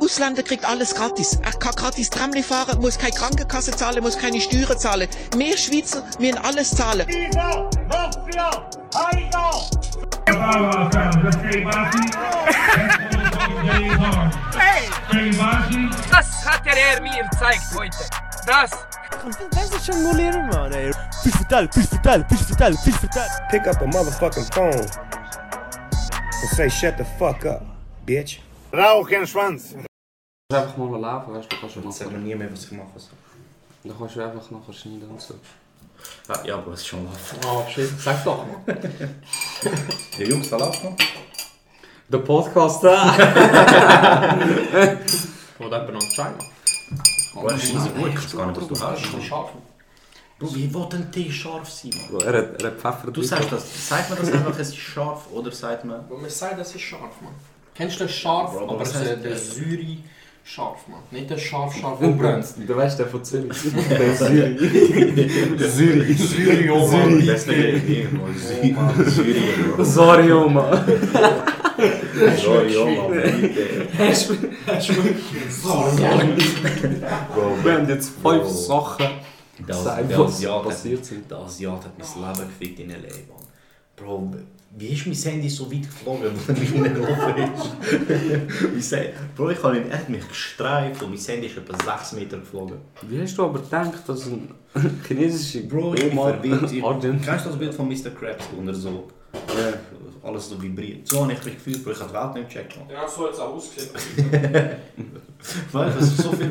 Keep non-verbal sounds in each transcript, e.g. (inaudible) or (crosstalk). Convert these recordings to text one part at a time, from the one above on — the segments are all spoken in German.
Ausländer kriegt alles gratis. Er kann gratis Tramli fahren, muss keine Krankenkasse zahlen, muss keine Steuern zahlen. Wir Schweizer müssen alles zahlen. Viva Lazio! Arigo! Das hat er mir gezeigt heute. Das Das ist schon leren, man, ey. Pies vertel, pies vertel, pies vertel, pies vertel. pick up a motherfucking phone and say, shut the fuck up, bitch. Rauch en Schwanz! Du kannst einfach mal laufen, weißt du, du kannst ja Sag mir nachher, nie mehr, was ich mache. So. du kannst ja einfach nachher schneiden und so. Ah, ja, aber es ist schon laufen. Oh, shit, sag doch mal. Ja, Jungs, was laufen? Der Podcast, äh. Oder jemand noch entscheiden. Boah, das ist easy gut, ich weiß gar nicht, was du hast. Scharf. Bro, wie will denn Tee scharf sein? Mann? Bro, er hat, er hat Pfeffer Du sagst das, sagt man das einfach, es ist scharf oder sagt man... Man sagt, das ist scharf, Mann. Kennst du den scharf, Bro, aber aber was es ist der- heißt der das? Säure scharf, Mann. Nicht der scharf, scharf Und brennst. Du weißt, der von Zürich. Der Zürich. Zürich. Syrien, oh Mann. Das ist nicht Mann. Syrien, Bro. Sorry, Oma. Sorry, oh Mann. Bro, Wir haben jetzt fünf Bro. Sachen. Der, Sag As- der, einfach, was Asiat passiert hat, sind. der Asiat hat mein Leben gefickt in L.A. Mann. Bro, wie ist mein Handy so weit geflogen, wo er mich gelaufen ist? (laughs) ich sag, Bro, ich habe ihn, er hat mich gestreift und mein Handy ist etwa 6 Meter geflogen. Wie hast du aber gedacht, dass ein (laughs) chinesischer Bro, ich bin verwirrt. Ich- Arden. (laughs) Kennst du das Bild von Mr. Krabs, wo er so alles so vibriert? So habe ich mich gefühlt, Bro, ich habe die Welt nicht gecheckt. Mann. Ja, so hat es auch ausgesehen. (laughs) Weil es ist so viel...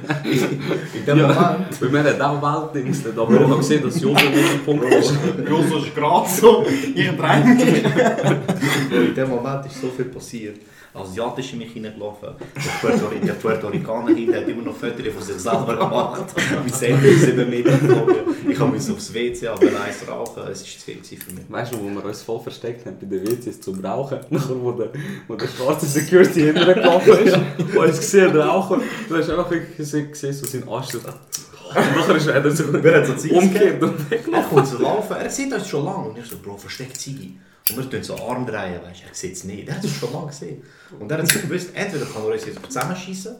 In dem Ja, Moment... weil wir haben auch Weltdings, aber wir haben gesehen, dass Josef nicht (laughs) am Punkt ist. Joso ist gerade so, ich dränge dich. (laughs) in dem Moment ist so viel passiert. Asiatische mich hineingelaufen, der Puerto, der Puerto Ricaner hinten hat immer noch Fotos von sich selber gemacht. Mein Handy ist sieben Meter geflogen. Ich habe mich aufs WC, aber eins rauchen, es war zu viel gewesen für mich. Weißt du, wo wir uns voll versteckt haben bei den WCs zum Rauchen? (laughs) Nachher, wo der, wo der schwarze Security hintergelaufen (laughs) ist und uns gesehen rauchen. Du hast einfach gesehen, gesehen so seinen Arsch. so- Und nachher ist er so Wer hat so Zeugs umgekehrt und weg. Er kommt so laufen, er sieht uns schon lange. Und ich so, Bro, versteck Ziggy. Und wir tun so Arm drehen, weißt du, er sieht es nicht. Er hat es schon lange gesehen. Und er hat so gewusst, entweder kann er uns jetzt zusammenschießen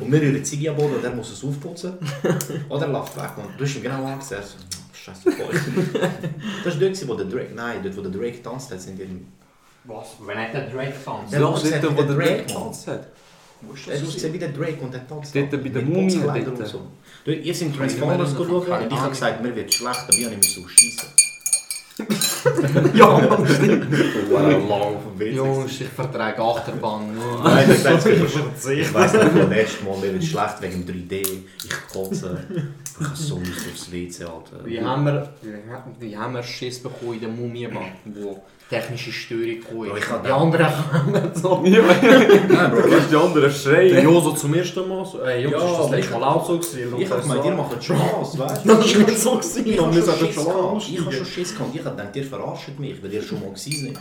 und wir rühren Ziggy am Boden und er muss es aufputzen. Oder er läuft weg. Und du hast ihm genau angesehen, er so, Scheiße, voll. Das war dort, wo der Drake, nein, dort, wo der Drake tanzt hat, sind die. Was? Wenn er den Drake tanzt? Ja, Du hast das dort, hat wo der der Drake Drake gemacht. getanzt hat. Wo ist Er das? aussieht wie der Drake und der tanzt. Dort bei der Mit Mumie, Boxkleidern dort. und so. Du, Ihr seid Transformers geschaut und ich habe gesagt, mir wird schlecht, aber ich habe mich so schießen. (laughs) ja, Mann, stimmt. Wow, lang auf dem Bild. Jungs, ich verträge Achterbahn. nur. Nein, (laughs) das hat sich schon Ich weiss nicht, beim letzten Mal mir wird schlecht wegen dem 3D. Ich kotze. Ich habe so Lust aufs WC, Alter. Wie haben wir, wie haben wir Schiss bekommen in der Mumie, Mann, wo technische Störung Bro, gekommen ich ist? hab Die den- anderen kommen so. (laughs) Du kannst die anderen Der schreien. Joso zum ersten Mal so, ey, Jungs, Ja, ist das aber letzte ich- Mal auch so gewesen? Ich hab gemeint, ihr macht (laughs) Chance, weißt (laughs) Das ist nicht so gewesen. Ich habe Wir schon sollten Schiss schon gehabt. ansteigen. Ich habe schon Schiss gehabt. und Ich habe gedacht, ihr verarscht mich, weil ihr schon mal gewesen seid.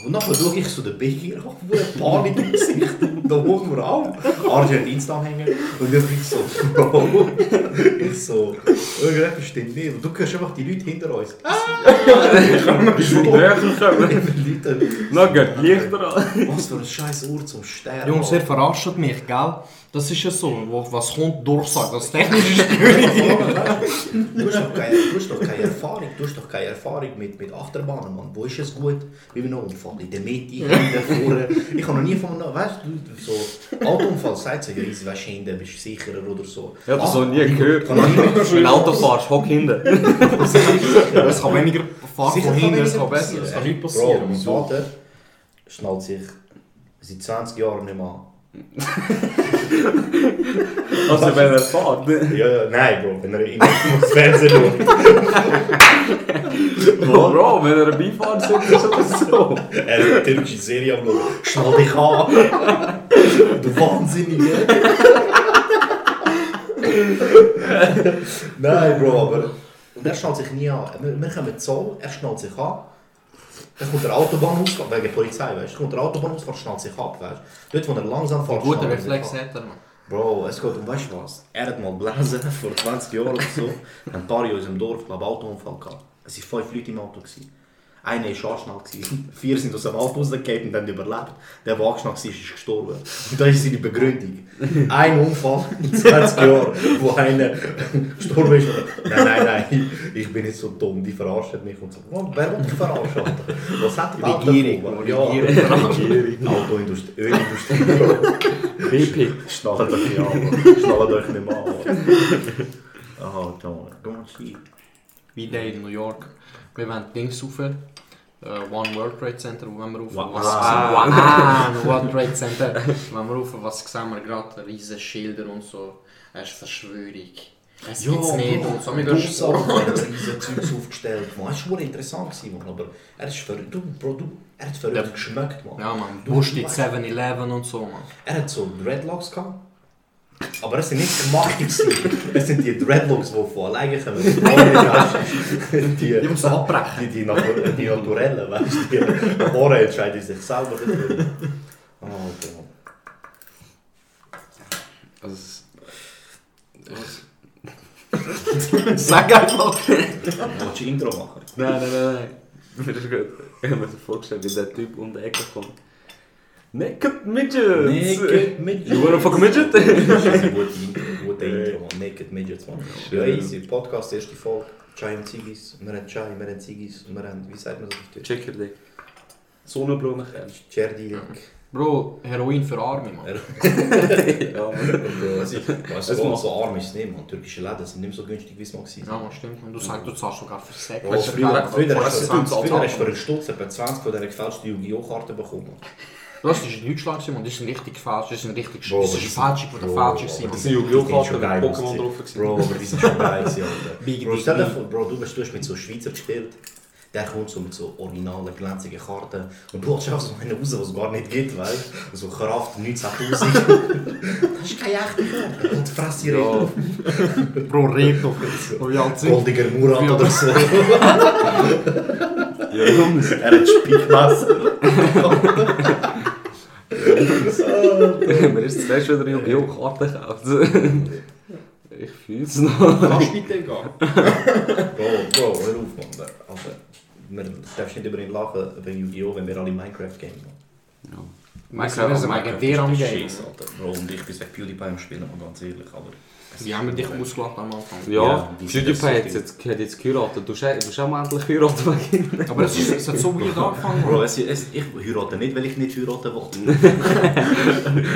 Aber nachher schaue ich so den Becher an, wo eine Panik im Gesicht Da hoch wir auf. Argentinstanhänger. Und ich bin so, (laughs) Bro. Ich so, irgendetwas stimmt nicht. Und du hörst einfach die Leute hinter uns. Bist du näher gekommen? Die Leute. Dann geht die Lichter an. Was für ein scheiß Uhr zum Sterben. Jungs, ihr verarscht mich, gell? Das ist ja so, wo- was kommt, durchsagt, das technische Störung. Du hast doch keine, du hast doch keine Erfahrung, du hast doch keine Erfahrung mit, mit Achterbahnen, Mann. Wo ist es gut? Wie wir noch umfahren? In der Mitte, hinten, vorne. Ich habe noch nie von einem, weißt du, so Autounfall sagt so, ja, easy, weißt du, hinten bist du sicherer oder so. Ich hab das Ah, noch nie gehört. Kann ich (laughs) nicht Wenn du Auto fährst, hock (laughs) hinten. Es kann weniger Fahrt Sicher von kann hinten, es weniger kann besser, es kann nichts Bro, passieren. mein So. Vater schnallt sich seit 20 Jahren nicht mehr an. Also wenn er fährt. Ja, ja, nein, Bro, wenn er im Fernsehen schaut. (laughs) Bro, wenn er beifahrt, sitzt ist oder so. Er hat eine türkische Serie am Schauen. Schnall dich an! du Wahnsinnige! Nein, Bro, aber. Und er schnallt sich nie an. Wir, wir kommen Zoll, er schnallt sich an. Dann kommt der Autobahnausfahrt, wegen Polizei, weißt du? Kommt der Autobahnausfahrt, schnallt sich ab, weißt du? Dort, wo er langsam fährt, Guter schnallt er sich Reflex ab. hat er, Mann. Bro, es geht um, weißt du was? Er hat mal geblasen, (laughs) vor 20 Jahren oder so. Ein paar in unserem Dorf, glaube ich, Autounfall gehabt. Es waren fünf Leute im Auto. Gewesen. Einer war angeschnallt. gewesen. (laughs) Vier sind aus dem Autobus gefallen und haben überlebt. Der, der angeschnallt war, ist gestorben. Und das ist seine (laughs) Begründung. Ein Unfall in 20 Jahren, wo einer (laughs) gestorben ist. Nein, nein, nein, ich bin nicht so dumm, die verarschen mich. Und so. Oh, wer will mich verarschen? Alter? Was hat die Regierung, Regierung. Regierung. (laughs) Autoindustrie, Ölindustrie. BP. Schnallt euch nicht an, Mann. schnallt euch nicht mehr an. Oh, John, don't sleep. Wie der in New York. Wir wollen Dings rauf. äh, One World Trade Center, wo wir rauf. Wow. Was Ah. ah, One World Trade Center. (laughs) Wenn wir rauf, was sehen wir gerade? Riesen Schilder und so. Es ist Verschwörung. Es Ja, gibt's nicht Bro, und so. Wir Du gehen hast schon- (laughs) riesen Zeugs aufgestellt, Mann. Das war schon interessant, gewesen, Mann. aber er ist verrückt. Du, Bro, du, er hat verrückt Ja. geschmeckt, Mann. (laughs) Ja, man. Du- Wurst in 7-Eleven und so, man. Er hat so Dreadlocks gehabt. Aber das sind nicht gemacht. Das sind die Dreadlocks, die von alleine kommen. Die, die, Die muss abbrechen. die, die, Natu- die Naturellen, weißt du? Die Ohren entscheiden sich selber dafür. Oh, Gott. Also, es- (laughs) Sag einfach. Willst du Intro machen? nein, nein, nein, (laughs) nein. Mir ist (laughs) gut. Ich habe mir so vorgestellt, wie der Typ um die Ecke kommt. Naked Midgets! Midgets. You wanna fuck a (laughs) midget? Äh. Das ist ein gutes Intro, gutes Intro, Mann. Naked Midgets, Mann. Ja, easy. Podcast, erste Folge. Chai und Ziggis. Wir haben Chai, wir haben Ziggis. Wir haben, wie sagt man das auf Deutsch? Check your dick. Sonnenblumenkern. Cherdilik. Bro, Heroin für Arme, man. Ja, Mann. Weißt du, Es so- macht- so arm ist es nicht, man. Türkische Läden sind nicht mehr so günstig, wie es mal gewesen Ja, man, stimmt. Und du sagst, du zahlst sogar für Sex. Oh, früher, früher hast du Prozent früher hast du für Alkohol. einen Stutz etwa 20 von dieser gefälschten Yu-Gi-Oh!-Karte bekommen. Das war in Deutschland gewesen, und das ist ein richtig falsch, das ist ein richtig Bro, das aber die ist sind- falsch von der Bro, falsch aber gewesen. die Das Mann. sind Yu-Gi-Oh! schon Karten mit aus. Pokémon drauf. gewesen. Bro, aber die sind schon geil, gewesen, Alter. Big, Bro, big, stell dir big. vor, Bro, du bist, du hast mit so Schweizer gespielt. Der kommt so mit so originalen, glänzigen Karten. Und du hast auch so einen raus, was es gar nicht gibt, weißt du? So Kraft 19.000. das ist keine echte Karte. Und fress die Rede. Bro, red doch jetzt. Und wie alt sind Goldiger Murat Ja. oder so. Ja, (laughs) Jungs. er hat Spikmesser. Mir ist zuerst wieder Yu-Gi-Oh! Karten (laughs) gekauft. Ich fühle (laughs) es noch. Kannst du bitte gehen? Bro, Bro, hör auf, Mann. Also, wir darfst nicht über ihn lachen, über Yu-Gi-Oh!, wenn wir alle Minecraft gamen. Minecraft, wir sind wegen dir am Game. Scheiße, Alter. Bro, und ich bin wegen PewDiePie am Spielen, mal ganz ehrlich, aber... es Wie ist haben wir dich schon geil. ausgelacht am Anfang? Ja, Ja, wie PewDiePie stressig. hat jetzt, hat jetzt geheiratet. Du hast du hast auch mal endlich geheiratet wegen ihm. Aber es, ist, es hat so weird angefangen. Mann. Bro, es, es, ich heirate nicht, weil ich nicht heiraten will.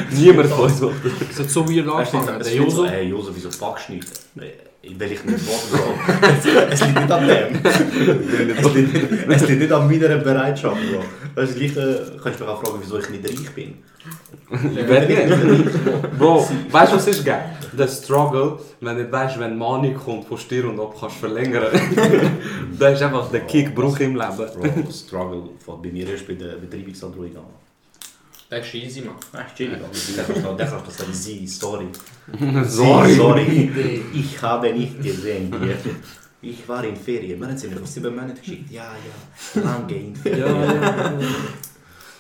(laughs) Niemand von uns will. Es hat so weird Weißt du, angefangen. es Der ist so, Joso, ey Josef, wieso packst du nicht? Äh, Weil ich nicht will, Bro. Es, es liegt nicht an dem. es, liegt, es liegt nicht an meiner Bereitschaft, Bro. Das ist gleich, äh, kannst du mich auch fragen, wieso ich nicht reich bin. Ich werd nicht. Bro, weißt du, was ist geil? Der Struggle, wenn du weißt, wenn Money kommt, von dir und ab kannst du (laughs) verlängern. das ist einfach der Kick, brauch ich im Leben. Bro, Struggle fängt bei mir erst bei der Betreibungsandrohung an. der ist easy, man. Ah, ist chillig. aber Der kannst du sagen, sie, sorry. Sorry. Sie, sorry. Ich habe nicht gesehen hier. Ich war in Ferien. Man hat sie mir vor sieben Monaten geschickt. Ja, ja. Lange in Ferien.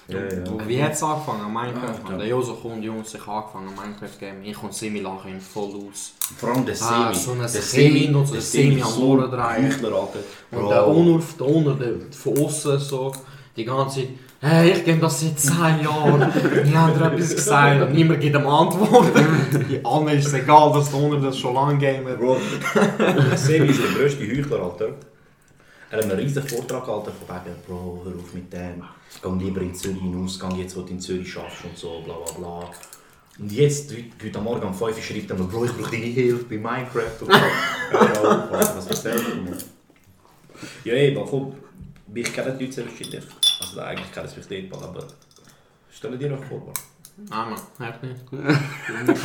Ja, Ah, ja. Und wie hat es angefangen am Minecraft? Mann? Der Joso kommt, Jungs, ich habe angefangen am Minecraft Game. Ich und Simi lachen ihn voll aus. Vor allem der Semi. Ah, so ein Kind und so ein Semi am Ohren drehen. Und der Unulf, der Unter, der von außen so, eh, die ganze Zeit, hey, ich gebe das seit 10 (laughs) Jahren, die haben dir etwas gesagt und niemand gibt ihm Antworten. (laughs) Die anderen ist es egal, dass der Unter das schon lange gamet. Bro, (laughs) der Semi ist der grösste Heuchler, Alter. Er hat einen riesen Vortrag gehalten von wegen, eh, Bro, hör auf mit dem, geh lieber in Zürich hinaus, geh jetzt, wo du in Zürich arbeitest und so, bla bla bla. Und jetzt, heute, heute am Morgen um 5 Uhr schreibt er mir, Bro, ich brauche deine Hilfe bei Minecraft und so. ja, Alter, was erzählst du mir? Ja, ey, aber komm, mich kennen die Leute sehr wahrscheinlich. Also eigentlich kennen sie mich nicht mal, aber stell dir doch vor, Mann. Nein, Mann, hört (laughs) nicht.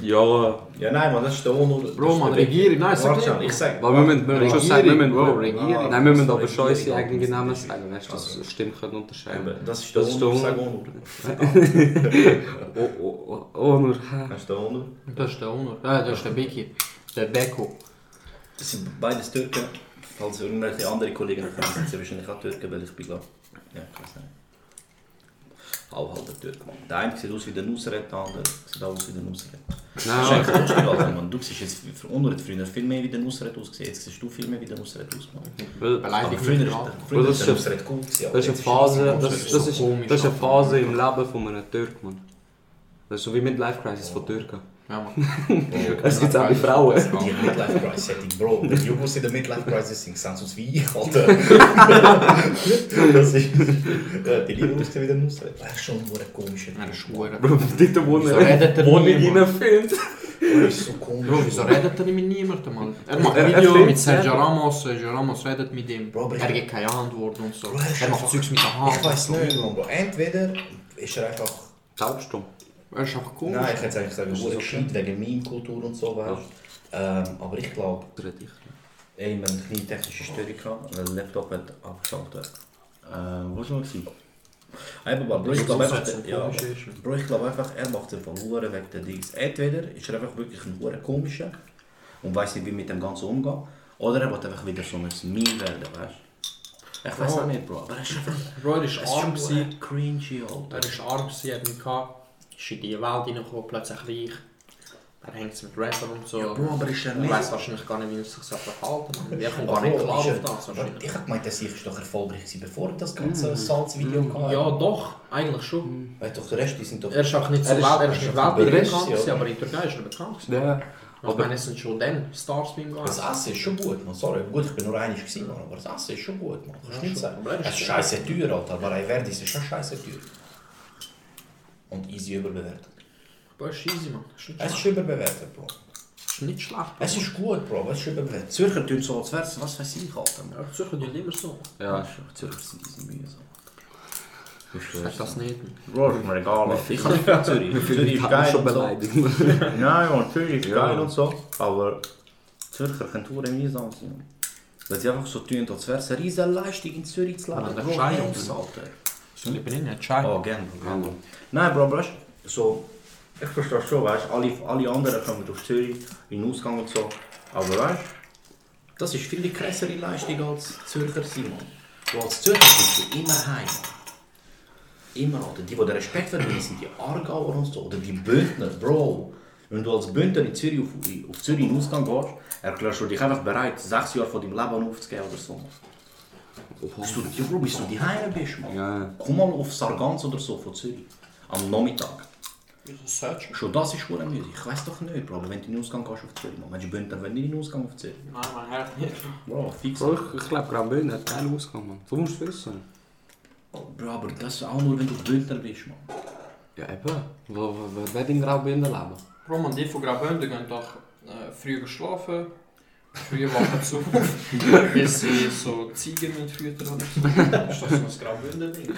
Ja, Ja, nein, Mann, das ist der Unruhe. Bro, Mann, Regierung, nein, sag Warte, ich nicht. sag. aber wir müssen, wir müssen schon sagen, wir müssen, Bro, Regierung. Regierung. Nein, wir müssen aber Regierung. schon unsere eigenen Namen sagen, weißt du, dass die Stimme können unterscheiden Eben, Das ist der Das ist der Unruhe. Sag Unruhe. Unruhe. Oh, oh, oh, oh, nur. hä? Hast du den Unruhe? Das ist der Unter, äh, das ist der Biki, der Beko. Das sind beides Türken. Falls irgendwelche andere Kollegen haben, sind sie wahrscheinlich auch Türken, weil ich bin glaub. Ja, ich weiß nicht. Auch halt dort gemacht. Der eine sieht aus wie der Nusret, der andere sieht auch aus wie der Nusret. Das ist Ja. eigentlich ein Unterschied, Alter, Mann. Du siehst jetzt, früher hat früher viel mehr wie der Nusret ausgesehen, jetzt siehst du viel mehr wie der Nusret aus, Mann. Weil, Aber Beleidigung früher mit ist Raben. der- früher Das ist ist der jetzt- Nusret cool gewesen. aber Das ist eine jetzt Phase, der das, Nusret ist- so das, ist, komisch, das ist eine Alter. Phase im Leben von einem Türk, Mann. Das ist so wie Midlife Crisis von Türken. Ja, (laughs) Mann. Es gibt auch die Frauen. Die Midlife Crisis Setting, Bro. Wenn Jugos in der Midlife Crisis sind, sehen sie aus wie ich, Alter. das ist. Ja, die Liebe aus wie der Nusret. Das ist schon nur ein komischer Ja, das Typ. ist hure. Bro, dort wohnen. Wieso redet er Wohne ich nie, in einem Film. Das ist so komisch. Bro, wieso redet er nicht mit niemandem, Mann? Er macht Er- er Video filmt mit Sergio selber. Ramos, Sergio Ramos redet mit ihm. Bro, aber ich- Er gibt keine Antwort und so. Bro, er ist Er macht einfach- Zeugs mit der Hand. Ich weiß nicht, Mann, Bro. Entweder ist er einfach. Taubstumm. Er ist einfach komisch. Nein, ich hätte jetzt eigentlich sagen, er ist gescheit wegen Meme-Kultur und so, weißt du. Ähm, aber ich glaube, ey, wir haben eine technische Störung gehabt und der Laptop hat abgeschaltet. Äh, wo ist er noch? gewesen? Ah, eben, Bro, ich glaube einfach, der- ja, Bro, ich glaube einfach, er macht einfach Huren wegen der Dings. Entweder ist er einfach wirklich ein Huren komischer und weiß nicht, wie mit dem Ganzen umgehen, oder er wird einfach wieder so ein Meme werden, weißt du. Ich weiß auch nicht, Bro, aber er ist einfach. Bro, er ist Es ist arm. schon gewesen. sehr cringy, Alter. Er ist arm, sie hat mich gehabt. Ist in die Welt reingekommen, plötzlich reich. Dann hängt es mit Rappern und so. Bro, aber ist er er nicht. weiß wahrscheinlich gar nicht, wie er sich so verhalten kann. Er kommt Aber gar nicht Bro, klar ist auf er- das wahrscheinlich. Mhm. Ich hab gemeint, der Sieg ist doch erfolgreich gewesen, bevor er das ganze Salzvideo hatte. Ja, doch, eigentlich schon. Weil doch der Rest, die sind doch... Er ist auch nicht so Er ist- welt, er ist er nicht ist auch weltweit berühmt, bekannt, ja. gewesen, aber in Türkei ist er bekannt. gewesen. Ja. Ich meine, es sind schon dann Stars beim Gang. Das Essen ist schon gut, man. Sorry, gut, ich bin nur einig gewesen, Mann. Aber das Essen ist schon gut, man. Kannst nicht sagen. Aber er ist Es ist scheiße teuer, Alter. Aber ein Verdis ist schon scheiße teuer. Und easy überbewertet. Das ist easy, man. Das ist nicht Es ist schlecht. überbewertet, Bro. Das ist nicht schlecht. Es ist gut, Bro. aber Es ist überbewertet. Zürcher tun so als wär's, was weiß ich, Alter. Mann. Ja, die Zürcher tun immer so. Ja, Zürcher sind diese mühsam. Sag das nicht. Bro, ist mir egal. Alter. Ich kann nicht für Zürich. Zürich ist geil schon und so. beleidigt. Nein, man, Zürich ist geil und so, aber Zürcher können hure mühsam sein. Weil sie einfach so tun, als wäre es eine riesen Leistung in Zürich zu leben. Ja, der Bro, Schein thanks, Alter. Ich bin nicht scheiße. Oh, gerne. gerne. Nein, Bro, weißt du, so, ich verstehe schon, weißt du, alle, alle anderen kommen durch Zürich, in den Ausgang und so, aber weißt du, das ist viel die krassere Leistung als Zürcher Simon. Bro, als Zürcher bist du immer heim. Immer, Alter. Die, die den Respekt verdienen, sind die Aargauer und so, oder die Bündner, Bro. Wenn du als Bündner in Zürich auf, auf Zürich in den Ausgang gehst, erklärst du dich einfach bereit, sechs Jahre von deinem Leben aufzugeben oder so. Bist du, ja, Bro, bist du die Heime bist, Mann. Ja, ja. Komm mal auf Sargans oder so von Zürich. Am Nachmittag. Schon das ist schon müde. Ich weiß doch nicht, Bro. Aber wenn du in den Ausgang gehst auf Zürich, Mann. Wenn du Bündner, wenn du in den Ausgang auf Zürich. Nein, mein Herz nicht. Bro, fix. Bro, ich, ich glaube, Graubünden hat geil ausgegangen, Mann. Du musst wissen. Bro, aber das ist auch nur, wenn du Bündner bist, Mann. Ja, eben. Wo- wo- Wer will in Graubünden leben? Bro, man, die von Graubünden gehen doch äh, früh geschlafen, früh wachen (laughs) zu, bis sie so Ziegen mit Füttern oder so. Ist das so ein Graubünden-Ding?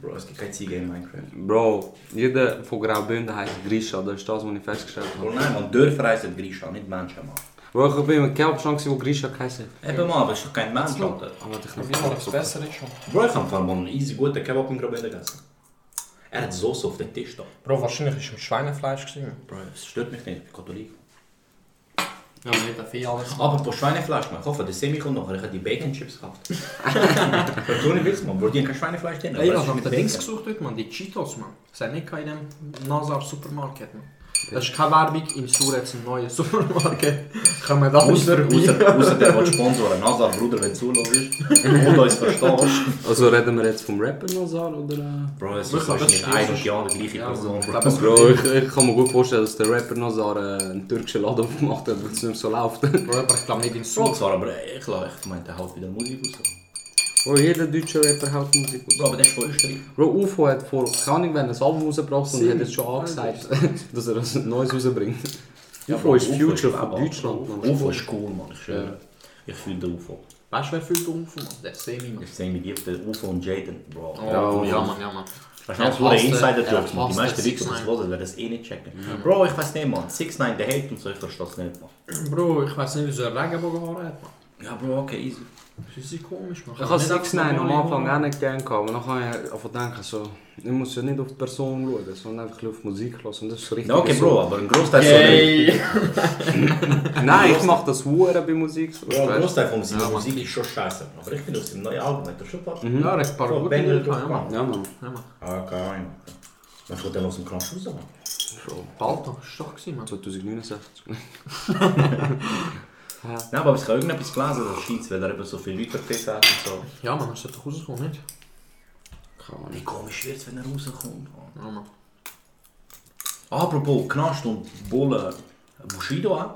Bro, es gibt keine Ziege in Minecraft. Bro, jeder von Graubünden heißt Grisha, das ist das, was ich festgestellt habe. Bro, nein, man. Dörfer heissen Grisha, nicht Menschen, Mann. Bro, ich bin mit Kelp schon, gewesen, wo Grisha geheißen hat. Eben, Mann, aber es ist doch kein Mensch, Alter. Aber ich Wie noch das Bessere schon. Bro, ich habe mal einen easy guten Kebab in Graubünden gegessen. Er hat Soße auf den Tisch da. Bro, wahrscheinlich ist es mit Schweinefleisch gewesen. Bro, es stört mich nicht, ich bin Katholik. Ja, man hat viel alles. Apropos Schweinefleisch, man. Ich hoffe, der Semi kommt nachher. Ich habe die Bacon Chips (laughs) gehabt. Verstehst du nicht, Witz, man. Bro, die haben kein Schweinefleisch drin. Ey, ich aber es ist hab nach mit den Dings Bacon. gesucht heute, man, die Cheetos, man. Das hat nicht in dem Nazar Supermarket, man. Das ist keine Werbung, in Sur jetzt ein neuer Supermarket. Kann man da Außer, vorbei. außer, außer der, der Sponsor, Nazar, Bruder, wenn du zulässt (laughs) und uns verstehst. Also reden wir jetzt vom Rapper Nazar oder? äh? Bro, es Wirklich, ist das nicht stimmt. ein und die andere gleiche Ja, Person. Mann. Bro. Aber- Bro, ich, ich kann mir gut vorstellen, dass der Rapper Nazar äh, einen türkischen (laughs) Laden aufgemacht hat, weil es nicht mehr so läuft. Bro, aber ich glaube nicht in Bro, Sur. zwar, aber ich glaube, ich meinte halt wieder Musik und so. Bro, jeder deutsche Rapper haut Musik Bro, aus. aber der ist von Österreich. Bro, UFO hat vor, keine Ahnung, wenn er ein Album rausgebracht und hat jetzt schon angesagt, (laughs) dass er ein neues rausbringt. UFO ist Future von Deutschland, Mann. UFO ist cool, man. eh, Ich schwöre. Ich fühle den UFO. Weißt du, wer fühlt den Unfall, man? Der Semi, man. Ich sehe mit dir den UFO und Jaden, Bro. Oh, ja, man, ja, man. Das sind Er alle hasst- Insider-Jokes, er man. Die hasst meisten Six Leute, die das Nine. hören, werden das eh nicht checken. Bro, ich weiß nicht, man. 6 9 der Hate und so, ich verstehe das nicht, man. Bro, ich weiß nicht, wieso er Regenbogen hat, man. Dus Ja, Bro, okay, easy. Das ist komisch, man Ich habe 6 9 am Anfang auch nicht gern gehabt, aber dann kann ich einfach denken, so, ich muss ja nicht auf die Person schauen, sondern einfach auf die Musik hören. Und das ist richtig. Ja, okay, so. Bro, aber ein Großteil Nein, ich mache das Huren bei Musik. so, Ja, ein weißt Großteil von seiner Musik ist schon scheiße. Aber ich finde, aus dem neuen Album hat er schon ein paar. Mhm. Ja, er hat ein paar Bro, gute Banger Lieder, ja, durchgemacht. du? Ja, Mann. Ja, man. Ah, keine Ahnung. Was kommt denn aus dem Knast raus, Mann? Bald, das war stark, gewesen, man. 2069. Nein, aber ich habe irgendetwas gelesen in der Schweiz, weil er eben so viele Leute verpissen hat und so. Ja, man, das hat doch rausgekommen, nicht? Keine Ahnung. Wie komisch wird es, wenn er rauskommt? Mann? Ja, man. Apropos Knast und Bullen. Bushido auch?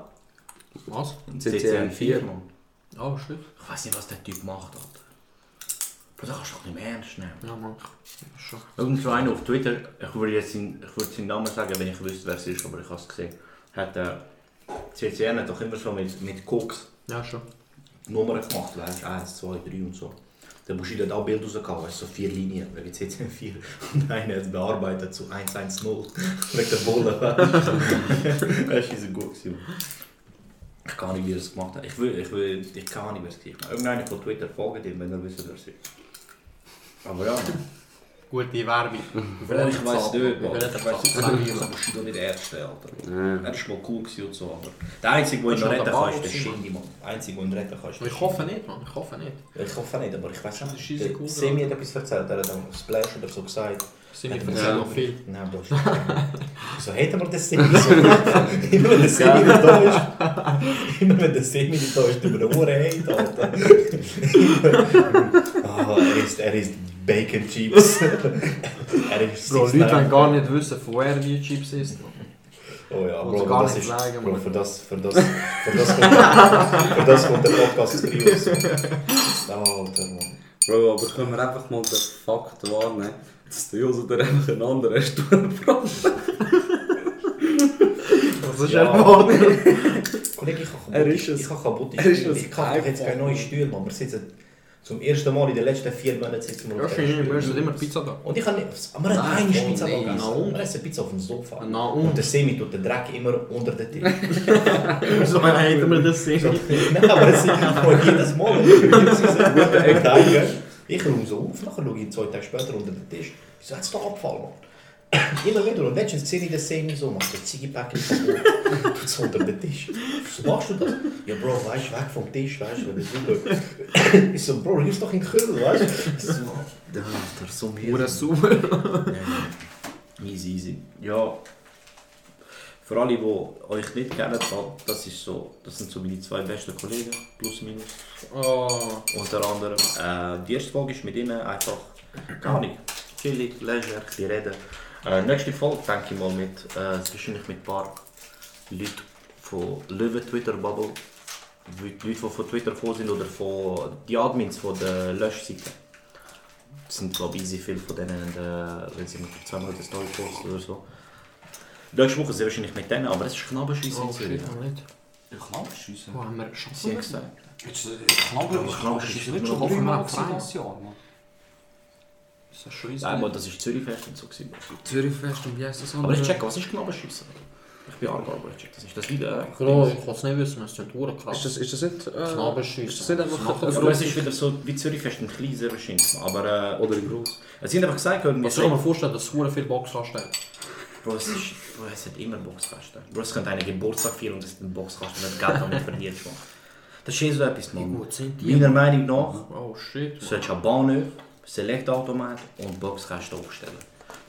Was? CCN4, Mann. Ja, Oh, shit. Ich weiß nicht, was der Typ macht, Alter. Bro, das kannst du doch nicht mehr ernst nehmen. Ja, man. Schon. Irgend so einer auf Twitter, ich würde jetzt seinen, ich würde seinen Namen sagen, wenn ich wüsste, wer es ist, aber ich habe es gesehen. Hat, äh, CCN hat doch immer so mit, mit Koks Ja, schon. Nummern gemacht, weißt du, 1, 2, 3 und so. Der Bushido hat auch Bild rausgehauen, weißt du, so vier Linien, wegen CCN 4. (laughs) Und einer hat es bearbeitet zu 110, (laughs) wegen der (laughs) Bolle, weißt du. Das war so gut. gewesen. Ich kann nicht, wie er es gemacht hat. Ich will, ich will, ich kann nicht, wer es gemacht hat. Irgendeiner von Twitter folgt ihm, wenn er wisst, wer es ist. Aber ja, man. Gute (laughs) Werbung. Ja, ich weiß nicht, man. Wir Ich weiß nicht, werden ich das kann Bushido nicht ernst nehmen, Alter. Er ist mal cool gewesen und so, aber... Der Einzige, der ihn Ist noch noch retten der kann, ist der Babel, Simon. Shindy, Mann. Der Einzige, der ihn retten kann, ist der Ich hoffe nicht, man. Ich hoffe nicht. Ja, Ich hoffe nicht, aber ich weiß Das nicht. ist riesig Der cool, Semi hat oder? etwas erzählt, er hat am Splash oder so gesagt. Sind Hat ich er erzählen gesagt, noch viel. Nein, das ist So hätten wir den Semi so. Immer wenn der Semi nicht da ist. Immer wenn der Semi nicht da ist, tun wir eine Uhr hate, Alter. Ah, er ist, er ist Bacon Chips. er ist Bro, Six Leute wollen Nine. gar nicht wissen, von wer die Chips ist. Oh ja, Wollte Bro, gar aber das nicht ist. sagen, Bro, Mann. für das, für das, für das kommt, für das kommt der Podcast Prius. Alter, Mann. Bro, aber können wir einfach mal den Fakt wahrnehmen, dass der Jose der einfach einen anderen (laughs) Sturmbrand Das ist Ja. erwartet. Kollege, ich habe Er kaputte, ist es. ich habe kaputte Er ist Stühle. es. Ich kaufe doch jetzt keine neuen Stühle, Mann. Wir sitzen zum ersten Mal in den letzten vier Monaten sitzen wir Ja, auf diesen schön, wir Stühlen. sind immer Pizza da. (laughs) Und ich habe nicht... Aber wir haben Nein, eine oh, Nou. Pizza nein. gegessen. Na und? Wir essen Pizza auf dem Sofa. Na Und und? der Semi tut den Dreck immer unter den Tisch. So hätten wir (laughs) das (laughs) sehen. Nein, aber es ist voll jedes Mal. Gute Ecke. Ich räume so auf, nachher schaue ich zwei Tage später unter den Tisch. Wieso hat es da Abfall, (clears throat) Mann? Immer wieder. Und letztens sehe ich das Semi so, macht so Ziegepäckchen (laughs) tut es unter den Tisch. Wieso machst du das? Ja, Bro, weißt du, weg vom Tisch, weißt du, wenn es (clears throat) wieder... Ich so, Bro, hier ist doch in Köln, weißt du? So, da, der so mir. Oder super. Easy, easy. Ja. Für alle, die euch nicht kennen, das, ist so, das sind so meine zwei besten Kollegen, plus minus. Oh, Unter anderem, äh, die erste Folge ist mit ihnen einfach, gar nicht, chillig, leisure, ein bisschen reden. Äh, nächste Folge denke ich mal mit, äh, wahrscheinlich mit ein paar Leuten von Löwe Twitter Bubble. Leute, die von Twitter vor sind oder von die Admins von der Löschseite. Es sind glaube ich easy viele von denen, in der- wenn sie mit zweimal eine Story posten oder so. Nächste Woche sind wahrscheinlich mit denen, aber es ist Knabenschiessen. oh shit, noch nicht. Knabberschiessen? Wo haben wir Sie haben Chancen? gesagt. Knabberschiessen wird schon Knabberschiessen wochenlang ist schon dieses Jahr, Mann. Das ist scheiße. Einmal, das ist Zürichfest und so. Gewesen. Zürichfest und wie heisst das Aber ich checke, was ist Knabenschiessen? Ich bin Argo, aber ich check das nicht. Das ist wieder... Bro, ich kann es nicht wissen, es sind Uhren krass. eh, Ist das, ist das nicht... Äh, Knabberschiessen. Ist das nicht einfach... Das Ja, aber es ist wieder so wie Zürichfest im Kleinen, sehr wahrscheinlich. Aber äh, Oder in gross. es sind einfach gesagt, irgendwas... Ich kann mir vorstellen, dass Uhren viel Box anstellen. Bro, es, ist, bro, es hat immer Boxkasten. Bro, es könnte einer Geburtstag feiern und es ist ein Boxkasten, das Geld damit verdient schon. Das ist eh so etwas, Mann. gut sind die? Meiner Meinung nach Oh shit. man. solltest du an Bahnhof, Select-Automat und Boxkasten aufstellen.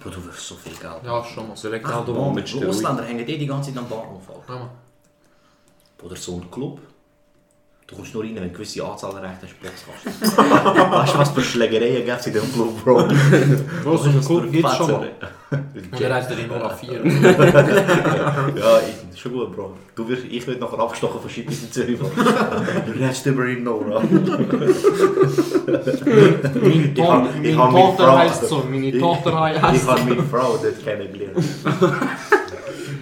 Bro, du wirst so viel Geld. Ja, Ah, schon mal. Ach, Automat mit mit Steroid. Ausländer hängen eh die ganze Zeit am Bahnhof ab. Ja, man. Oder so ein Club. Du kommst nur rein, wenn du gewisse Anzahl erreicht hast, Boxkasten. weißt du, was für Schlägereien gibt es in diesem Club, Bro? Bro, so ein Club gibt schon mal. Und mal. er heißt den Imola 4. Ja, ich, schon gut, Bro. Du wirst, ich werde nachher abgestochen von Schippis in Zürich. Bro. Du redest über ihn noch, Bro. Meine Ich hab- Tochter- ich meine hab meine Tochter Frau- heisst so, meine Ich- Tochter Ich heisst so. habe meine Frau dort (laughs) kennengelernt.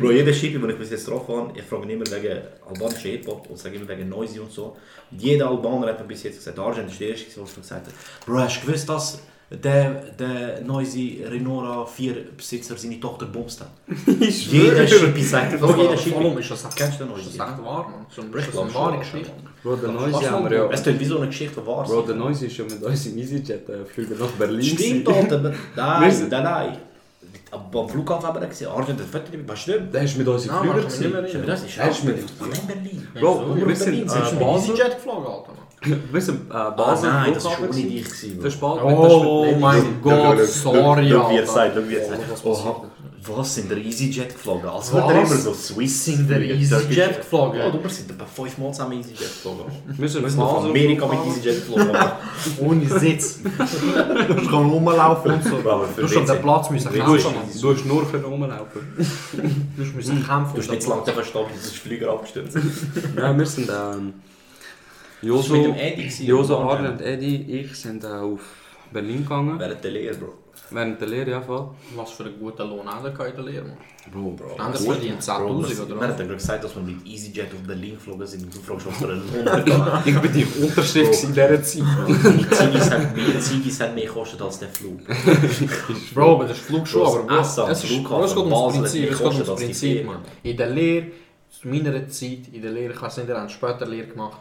Bro, jeder Schippi, den ich bis jetzt drauf habe, ich frage ihn immer wegen albanischer Hip-Hop und sage immer wegen Noisy und so. Und Jeder Albaner hat mir bis jetzt gesagt, Argent ist der Erste, der mir gesagt hat, Bro, hast du gewusst, dass der, der noisy Renora 4 Besitzer seine Tochter bumst (laughs) hat. Jeder Schippi sagt, oh, jeder Warum Schippi. ist das echt? Kennst du den Ist das Noisy? echt wahr? Mann? So ein Ich ist das glaub eine wahre schon, Geschichte. Bro, der Noise Was haben man- wir ja. Es klingt wie so eine Geschichte, die wahr Bro, ist. der Noise ist ja mit uns im EasyJet äh, fliegen nach Berlin. Stimmt, gewesen. Alter. aber- Wir Nein, sind- nein, nein. Ab- Am Flughafen haben wir gesehen, Arjen, das Vetter, was stimmt? Der ist mit uns im Nein, Flieger man kann nicht gewesen. mehr Das ist Er ist mit... Allein Berlin. Bro, Nur wir in sind Berlin äh, sind schon Basel. EasyJet geflogen, Alter. Mann. Wir sind äh, Ah, Basel. nein, das war schon Flughafen ohne dich. gewesen. gewesen, Bro. Verspalt mit der Oh Spät- mein Schau, Gott, schau, sorry, schau, wie er Alter. sagt, schau, wie er sagt. Oha, was sind der EasyJet geflogen? Als Was? würde er immer so Swiss sind Der EasyJet geflogen? Ja, du sind etwa fünfmal zusammen EasyJet geflogen. Wir sind Nach Basel Amerika mit Flughafen. EasyJet geflogen. Ohne Sitz. Du musst gewoon rumlaufen und so. Aber für Du musst auf den WC. Platz müssen Du hast- kämpfen. Mann. Du hast nur für rumlaufen. Du musst müssen kämpfen. Du hast nicht zu lange verstanden, dass der Flieger abgestürzt Nein, wir sind... ähm, ist. Mit dem Joso, Eddie gewesen. Joso, Arne und Eddie, ich sind äh, auf Berlin gegangen. Während der Lehre, Bro. Während der Lehre, ja voll. Was für einen guten Lohn hat er in der Lehre, Mann? Bro, Bro. Anders Gut, verdient Bro, 10'000 das- oder Wir haben was? gerade gesagt, dass wir mit EasyJet auf Berlin geflogen sind und du fragst, was für (laughs) ein Lohn er hat. Ich bin die Unterschrift in dieser Zeit. Die Ziggis hat- die Ziggis hat mehr gekostet als der Flug. Bro, aber das ist Flugschuh, Bro, aber Bro, es Essen am ist, Flughafen, Bro, es geht ums Basel, Prinzip, die es geht ums kosten das die Prinzip, Fähre. Mann. In der Lehre, zu meiner Zeit, in der Lehre, ich weiß nicht, ihr habt später Lehre gemacht,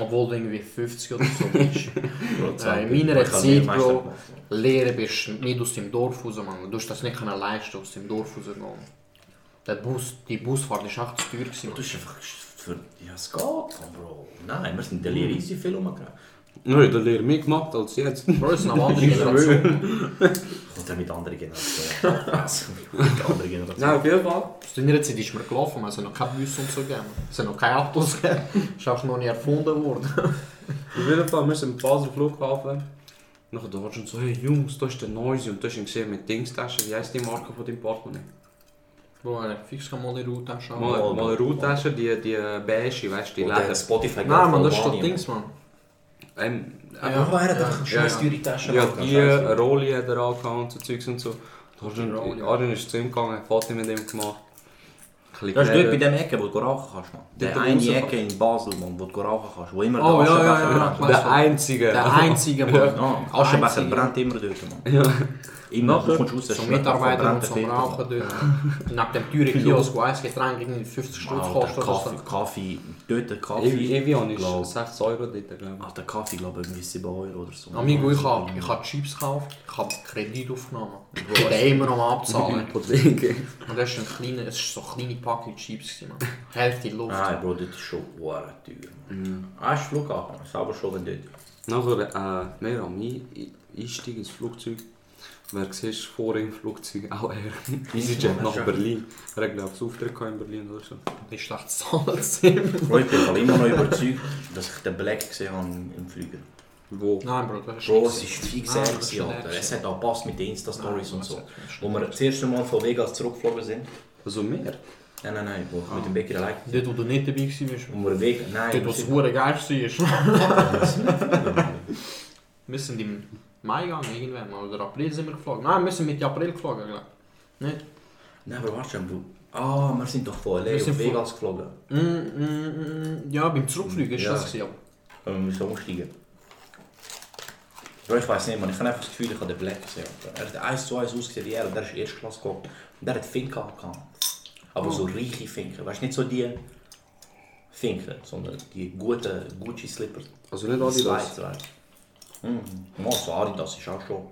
obwohl du irgendwie 50 oder so bist. Bro, Äh, in meiner Zeit, Bro, Lehre bist du nicht aus dem Dorf raus, Mann. Du hast das nicht können leisten, aus dem Dorf rauszugehen. Der Bus, die Busfahrt war echt zu teuer. Gewesen, Du bist einfach für... Ja, es geht, Mann, Bro. Nou, Nein, wir sind der Lehre easy viel umgegangen. Nein, der Lehre mehr gemacht als (laughs) jetzt. Mann. Bro, es ist eine (laughs) andere Generation. Kommt er mit anderen Generationen. Also, (laughs) mit anderen Generationen. Nein, auf jeden Fall. Zu deiner Zeit ist man gelaufen, man. es hat noch keine Busse und so gegeben. Es hat noch keine Autos gegeben. Es ist auch noch nie erfunden worden. Auf jeden Fall, wir sind im Basel Flughafen. Nachher da warst du so, hey Jungs, da ist der Noise und da hast du ihn gesehen mit Dingstasche. Wie heisst die Marke von deinem Portemonnaie? (laughs) Bro, er fix kann mal die Route anschauen. Oh, Mal, mal eine Routtasche, die, eh, die beige, weißt du, die Und dann Leder. Spotify Nein, Mann, das ist doch Dings, Mann. Ähm, Ja. Ja, er hat einfach eine scheiß teure Tasche. ja, Mann. die eh, Scheiß- Rolli hat er angehauen und so Zeugs und so. Da hast du- Arjen ist zu ihm gegangen, Foto mit ihm gemacht. Ein bisschen Das ist Äh, dort bei geredet. dem Ecke, wo du rauchen kannst, Mann. Der Dort eine rausfahren. Ecke in Basel, Mann, wo du rauchen kannst. Wo immer Oh, der ja, ja, Aschenbecher ja, brennt. ja. Der einzige. Der einzige, Mann. Ja, Der Aschenbecher einzige. brennt immer dort, (laughs) Mann. Ja. Immer, du kommst raus, der Zum Schmeckel Mitarbeiter verbrennt und zum dort, Mann. Rauchen dort. Nach dem teuren Kiosk, wo ein Getränk irgendwie Nou, 50 Stutz Alter, kostet. oder Kaffee, so. Kaffee, dort der Kaffee. (laughs) Evi- Evian glaub. ist 6 Euro dort, glaube Ach, der Kaffee, glaube ich, irgendwie 7 Euro oder so. Amigo, ich habe ich hab Chips gekauft, ich habe Kredit aufgenommen. Ich bin immer noch am Ah, Abzahlen. ich. Und das ist ein kleiner, es ist so eine kleine Packung Chips, gewesen, Mann. Hälfte Luft. Nein, Bro, das ist schon wahre teuer. Mhm. Ah, ist Flughafen, ist aber schon dort. (laughs) Nachher, äh, mehr am Ein- Einstieg ins Flugzeug. Wer siehst vor im Flugzeug auch (laughs) er? EasyJet nach Berlin. Er hat, glaube ich, Auftritt gehabt in Berlin oder so. Das ist (laughs) echt zahlen. Bro, ich bin voll (laughs) immer noch überzeugt, dass ich den Black gesehen habe im Flieger. Wo? Nein, Bro, das ist Bro, nicht es ist fix Nein, ehrlich, das ist gewesen, Alter. nicht Es hat auch gepasst mit den Insta-Stories Nein, und Ah, das so. hat nicht Wo wir das erste Mal von Vegas zurückgeflogen sind. Also mehr? Nein, nein, nein, wo ich mit dem Bäcker allein war. Dort, wo du nicht dabei warst. Wo wir Weg... Nein, Dort, wo wir es sind- hure geil (laughs) war. Wir sind im Mai gegangen, irgendwann mal. Oder April sind wir geflogen. Nein, wir sind Mitte April geflogen, glaube ich. Ne? Nicht? Nein, aber warte schon, Bro. Ah, wir sind doch von LA Wir sind auf von- Vegas geflogen. Mm, mm, mm, ja, beim Zurückfliegen ist Ja. das gewesen. aber- Aber wir müssen umsteigen. Bro, ich weiß nicht, man. Ich habe einfach das Gefühl, ich habe den Black gesehen. Er hat eins zu eins ausgesehen wie er und der ist Erstklasse gekommen. Und der hat Finken gehabt. Oh. Aber so reiche Finken. Weißt du, nicht so die Finken, sondern die guten Gucci-Slippers. Also nicht Adidas. Slides, weißt du. Mhm. Mann, so Adidas ist auch schon.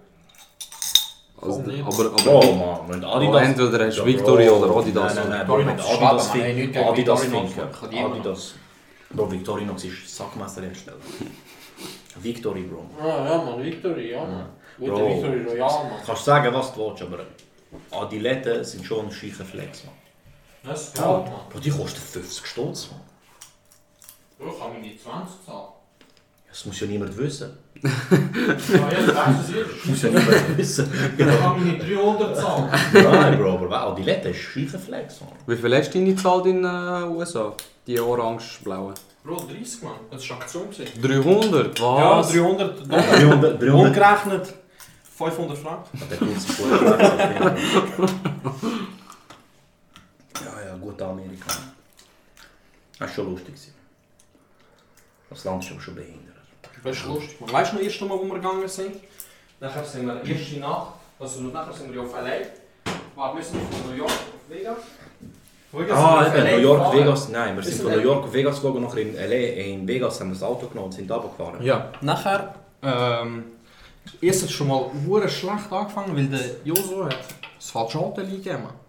Also, Voll nicht. aber, aber Bro, man, mit Adidas. Oh, entweder hast du Victoria Bro. oder Adidas. Nein, nein, nein, Bro, Victorinox mit ist Adidas Schwaben, man. Hey, nicht Finken. gegen Adidas Victorinox, Finken. man. Ich hab die immer noch. Adidas. Bro, Victorinox ist Sackmeisterhersteller. Victory, Bro. Ah, Ja, ja, man, Victory, ja, man. Gute Bro. Victory Royal, man. Kannst sagen, was du willst, aber Adiletten sind schon ein scheicher Flex, man. Das geht, man. Bro, die kosten 50 Stutz, man. Bro, ich kann mir die 20 zahlen. Das muss ja niemand wissen. Ja, jetzt weißt du es Das muss ja niemand wissen. Ich Genau. kann mir die 300 zahlen. Nein, Bro, aber wow, Adiletten ist ein scheicher Flex, man. wie viel hast du deine Zahl in den äh, USA? Die orange-blaue. Bro, 30, man. Das war Aktion. gewesen. 300? Ja, Was? 300 Dollar. 300, 300. Umgerechnet 500 Franken. Der tut sich gut. Ja, ja, guter Amerikaner. Das war schon lustig. gewesen. Das Land ist aber schon behindert. Das ist lustig. Man. Weißt du noch, das erste Mal, wo wir gegangen sind? Nachher sind wir erste Nacht, also nachher sind wir ja auf LA. War müssen wir von New York auf Vegas. Von Vegas Ah, sind eben, wir auf LA New York, gefahren. Vegas. Nein, wir sind Ist von het New York auf Vegas geflogen, nachher in LA, in Vegas haben wir das Auto genommen und sind runtergefahren. Ja, nachher, ähm, erst hat es schon mal hure schlecht angefangen, weil der Joso hat das falsche Auto eingegeben.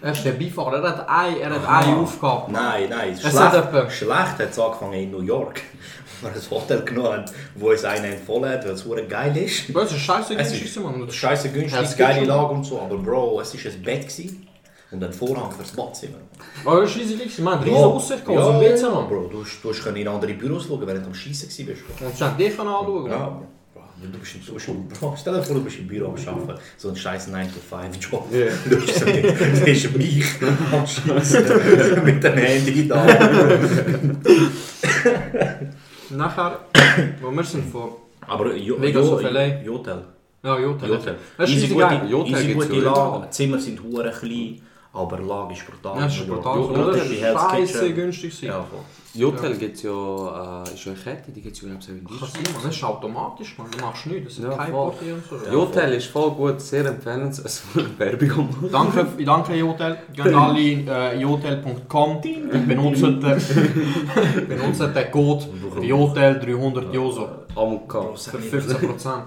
Er ist der Beifahrer, er hat eine, er hat eine Ah. Aufgabe. Nein, nein, schlecht, hat etwa- schlecht hat es angefangen in New York. Wir haben ein Hotel genommen, haben, wo es einen empfohlen hat, weil es verdammt geil ist. Bro, es ist scheiße Es günstig, ist Mann. scheiße Ja, es günstig, gibt geile schon. Lage und so, aber Bro, es war ein Bett gewesen und ein Vorhang fürs Badzimmer. Aber es ist riesig, gewesen. wir haben Ah. riesen Aussicht gehabt, so ein bisschen, Mann. Bro, du, hast- du hast können in andere Büros schauen, während du am Scheissen gewesen bist. Bro. Und ich konnte dich anschauen. Ja, Bro. Du bist, du bist, Bro, stell dir vor, du bist im Büro am Arbeiten, so ein scheiß 9-to-5-Job. Du bist so (laughs) du bist mich am (laughs) Scheissen mit dem Handy da. Nachher, wo wir sind von... Aber jo, Vegas jo, auf LA. Jotel. Ja, Jotel. Jotel. Das ist Easy riesig gute, geil. Jotel easy gibt's gute ja. Lage. Die Zimmer sind hure klein, aber die Lage ist brutal. Ja, es ist brutal. Jo- Oder? Jotel Es ist die ist Hell's scheiße Kitchen. günstig. gewesen. Ja, voll. Jotel gibt's ja, eh, äh, ist ja eine Kette, die gibt's ja, glaube ich, auch in Das Deutschland. ist immer- das ist automatisch, man. Du machst nichts, das sind Ja, keine voll. Party und so. Jotel ist voll gut, sehr empfehlenswert. Also, Werbung am Mann. Danke, danke Jotel. Geht alle äh, jotel.com und benutzt, äh, benutzt den (laughs) Code Jotel 300 Joso Am Kass. für 15%.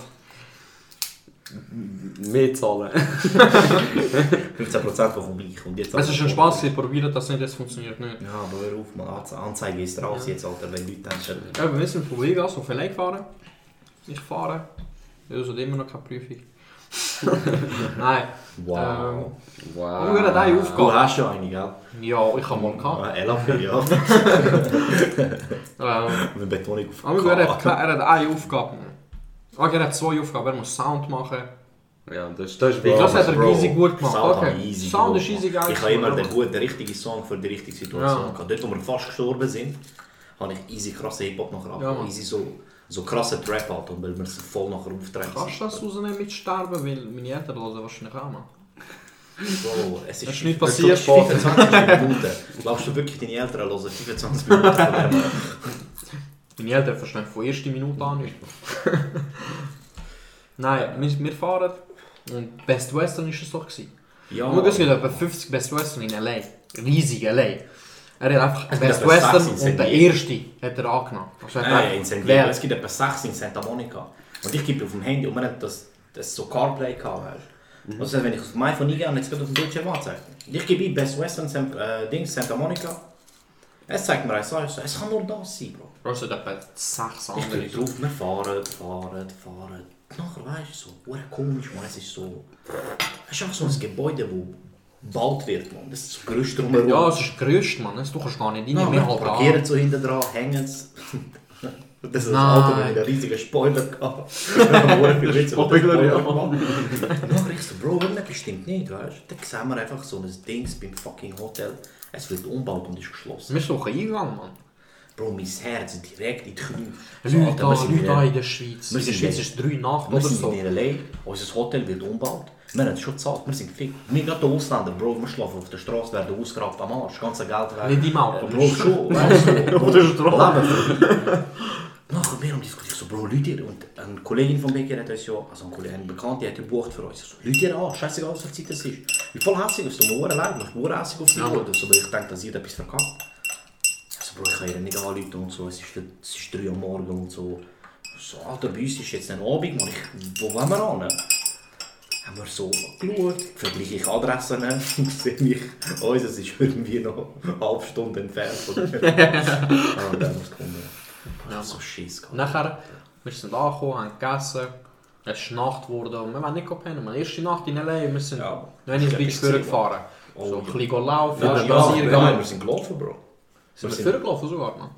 Mehr zahlen. 15% von mich. Und jetzt Es ist ein Spaß, sie probieren das nicht, es funktioniert nicht. Ja, aber hör auf, man. Anze- Anzeige ist raus jetzt, Alter, wenn Leute dann schon... Ja, wir sind von Vegas auf LA gefahren. Ich fahre. Joso hat immer noch keine Prüfung. (laughs) Nein. Ähm, Wow. Wow. Aber wir haben eine Du Aufgabe. hast schon eine, gell? Ja, ich habe mal gehabt. Ah, Ella für (laughs) ja. Ähm, Mit Betonung auf aber wir haben- er hat eine Aufgabe. Okay, er hat zwei Aufgaben. Er muss Sound machen. Ja, dus das, das ist Ich wahr. glaube, das hat er Bro, easy gut gemacht. Sound okay. habe ich easy Sound gut ist easy gemacht. geil. Ich habe immer den guten, den richtigen Song für die richtige Situation Ja. gehabt. Dort, wo wir fast gestorben sind, habe ich easy krassen Hip-Hop nachher Ja, abgeholt. Mann. Easy so, so krassen Trap halt, und weil wir es voll nachher Kannst du auftreten. das rausnehmen mit Sterben? Weil meine Eltern hören wahrscheinlich auch mal. Bro, es ist, ist nicht es ist passiert. 25 Minuten. Glaubst du wirklich, deine Eltern hören 25 Minuten von dem? Meine Eltern verstehen von erster Minute an nicht. (laughs) Nein, wir, wir fahren. Und Best Western war es doch. Gewesen. Ja, Aber es gibt etwa 50 Best Western in L.A. Riesig L.A. Er hat einfach Best etwa Western sechs in und San der Diego. erste hat er angenommen. Also hat er Nein, Ah, in einfach San Diego. gewählt. Es gibt etwa sechs in Santa Monica. Und ich gebe auf dem Handy und man hat das, das so Carplay gehabt. Weißt. du. Also wenn ich auf dem iPhone eingehe und jetzt geht auf dem Bildschirm anzeigt. Und Ich gebe ein Best Western Sam, äh, Dings, Santa Monica. Es zeigt mir eins an, ich so, es kann nur das sein, Bro. Also hat etwa 6 Ich andere. bin drauf, wir fahren, fahren, fahren. Nachher weißt du so, hure komisch, man, es ist so. Es ist einfach so ein Gebäude, wo bald wird, man. Das ist so Gerüst drumherum. Ja, es ist größt, Mann. Das- Du kannst gar nicht rein. Ja, wir wir halten an. parkieren so hinten dran, (laughs) hängen es. Das ist das Nein. Auto mit einem riesigen Spoiler (laughs) gehabt. Spoiler, Spoiler, ja. Dann ich so, Bro, das bestimmt nicht, weißt du? Dann sehen wir einfach so ein Dings beim fucking Hotel. Es wird umgebaut und ist geschlossen. Wir sind doch eingegangen, Mann. Bro, mein Herz direkt in die Knie. So, Leute, Alter, wir sind Leute in- hier in der Schweiz. Wir In sind der Schweiz in- ist drei Nacht Wir oder sind so. in LA, unser Hotel wird umgebaut. Wir haben es schon gezahlt, wir sind gefickt. Wir gerade die Ausländer, Bro, wir schlafen auf der Straße, werden ausgeraubt am Arsch, ganz Geld weg. Nicht im Auto. Äh, Bro, schon, weißt (laughs) du. Auf der Straße. Nachher wir haben diskutiert, so, Bro, Leute, hier. und eine Kollegin von mir hat uns ja, also eine Kollegin, eine Bekannte, hat gebucht für uns. Ich So, Leute, hier an, scheißegal, was für Zeit das ist. Ich bin voll hässlich, es tut mir verdammt leid, ich bin verdammt hässlich auf die Uhr, so, weil ich denke, dass jeder etwas verkackt. Also, Bro, ich kann ihr nicht anrufen und so, es ist, es ist 3 Uhr morgens und so. So, Alter, bei uns ist jetzt ein Abend, Mann, ich, wo wollen wir an? Haben wir so geschaut, vergleiche ich Adressen (laughs) und sehe ich, uns, es ist irgendwie noch eine halbe Stunde entfernt von dem. Und dann haben wir es gefunden. Ich hab so Schiss gehabt. Nachher, wir sind angekommen, haben gegessen. Es ist Nacht geworden und wir waren nicht pennen. Meine erste Nacht in L.A. Wir sind Ja. noch ein Ja, bisschen ja. vorgefahren. So ein bisschen laufen, Ja, ein ja, nein, bisschen wir Rasiergang. sind gelaufen, Bro. Sind wir sind- vorgelaufen sogar, Mann?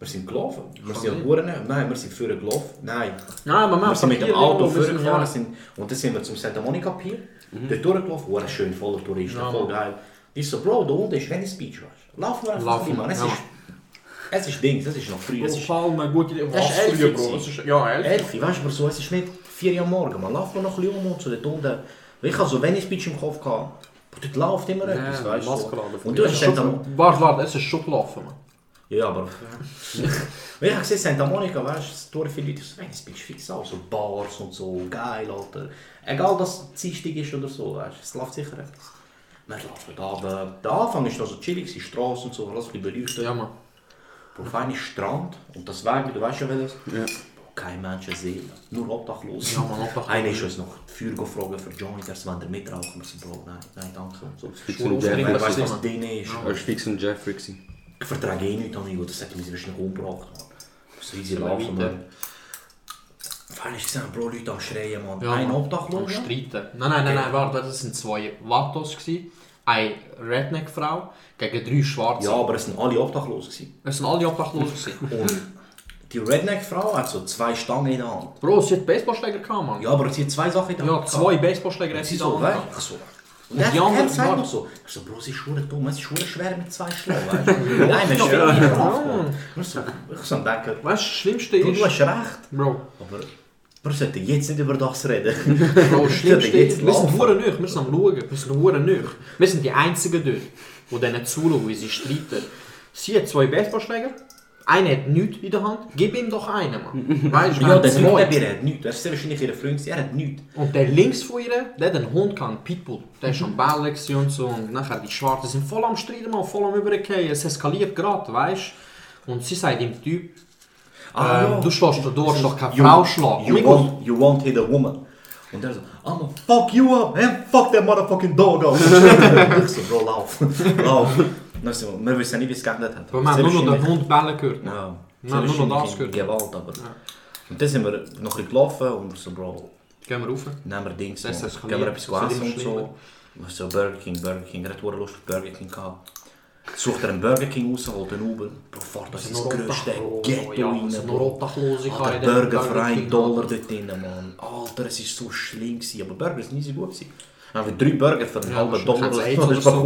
Wir sind gelaufen. Wir sind an Uhren, nein, wir sind vorher gelaufen. Nein, Nein, aber wir wir haben sind mit dem Bier Auto getrunken, wir vorher sind- gefahren. ja. Mhm. Sind, und dann sind wir zum Santa Monica Pier. Dort durchgelaufen, war schön, voller Touristen, voll geil. Ich so, Bro, da unten ist Venice Beach, weißt du. Laufen wir einfach Laufen vorbei, Mann. wir, Es ja. ist, es ist Dings, es ist noch früh. Es Oh, ist Palme, gute Idee. Es Was ist früher, elf Bro? gewesen. Es ist- Ja, elf. Elfi, weißt du, aber so, es ist nicht 4 Uhr morgens, man läuft nur noch ein bisschen um und so dort unten. Weil ich habe so wenig Beach im Kopf gehabt. Aber dort läuft immer etwas, weißt du. Maskerade Und du hast Schon- Santa, Warte, warte, es ist schon gelaufen, Mann. Ja, (laughs) aber. Weil ich habe gesehen, Santa Monica, weißt du, es tun viele Leute, so, ey, das bist fix auch, so Bars und so, geil, Alter. Egal, dass es Dienstag ist oder so, weißt du, es läuft sicher etwas. Wir laufen da, aber der Anfang ist noch so chillig, die Straße und so, alles ein bisschen beleuchtet. Ja, Mann. Bro, auf einmal Strand und das Weg, du weißt schon, wie das ja. Kein Mensch eine Seele, nur Obdachlos. Ja, Mann, Obdachlos. Einer ist uns noch Feuer gefragt für Jointers, wenn der mitrauchen wir so, Bro, nein, nein, danke. Und so. fix Schon ein aufgeregt, Jam, weißt du, was Mann. drin ist. Er war fix ein Jeffrey. gewesen. Ik verdraag één uur dan niet, want dat zegt hij, ze zijn nog ombracht. Zo is hier maar af, niet, hè. man. Fijn is gezegd, bro, Leute am Schreien, man. Ja, Ein Mann. Obdachloser? Am Streiten. Nein, nein, nein, nein, warte, das sind zwei Vatos. Gewesen. Eine Redneck-Frau gegen drei Schwarze. Ja, aber es sind alle Obdachlosen. gewesen. Es sind alle (laughs) obdachlos. gewesen. Und die Redneck-Frau hat so zwei Stangen in der Hand. Bro, sie hat Baseballschläger gehabt, Mann. Ja, aber sie hat zwei Sachen in der Ja, Hand. zwei Baseballschläger Und hat sie sie so da. weg. Ach so. Und er, die er andere- sagt noch so, ich so, Bro, sie ist schon dumm, es ist schon schwer mit zwei Schlägen, weißt du? Nein, man steht nicht drauf, man. Ich so, ich so am denken, Bro, Weißt du, das Schlimmste du ist. hast recht. Bro, Aber wir sollten jetzt nicht über das reden. Bro, das Schlimmste Ja, jetzt ist. Wir sind laufen. hure nüch, wir sind am Schauen. Wir sind hure nüch. Wir sind die Einzigen dort, die denen zuschauen, wie sie streiten. Sie hat zwei Baseballschläger. Einer hat nichts in der Hand. Gib ihm doch einen, (laughs) Mann. Weißt du, Ja, er hat der zwei. Zweite hat nichts. Er ist sehr wahrscheinlich ihre Freund, er hat nichts. Und der links von ihr, der hat einen Hund gehabt, einen Pitbull. Der ist am Ball gewesen und so. Und nachher die Schwarzen sind voll am Streiten, Mann, voll am Übergehen. Es eskaliert gerade, weißt du? Und sie sagt dem Typ, Ah, ähm, ja. du schlägst da durch, doch keine Frau schlagen. You Und ich guck, won't, you won't hit a woman. Und er so, I'ma fuck you up and fuck that motherfucking dog up. ich so, Bro, lauf. lauf. Nou, Dann so, wir wissen nicht, wie es geändert hat. wir haben Sehr nur noch den wahrscheinlich- Hund bellen gehört. Mann. Ja, Wir sehr haben nur noch wahrscheinlich das in gehört. Gewalt, aber... Und dann sind wir noch ein bisschen gelaufen und wir so, Bro, Gehen wir rauf. nehmen wir Dings, Das Mann. ist gehen wir etwas eskaliert. essen und Das ist immer so. Und so, Burger King, Burger King. Er hat wirklich Lust auf Burger King gehabt. Sucht er einen Burger King raus, holt einen Uber. Bro, fahrt das ins grösste Ghetto ja, rein, es sind nur Bro. Obdachlose. Alter, in dem Burger für King, einen Mann. Dollar dort drin, Mann. Alter, es war so schlimm. Gewesen. Aber Burger sind nicht so gut. Gewesen. Dann haben wir drei Burger für einen Ja, halben wahrscheinlich Dollar hat's AIDS oder so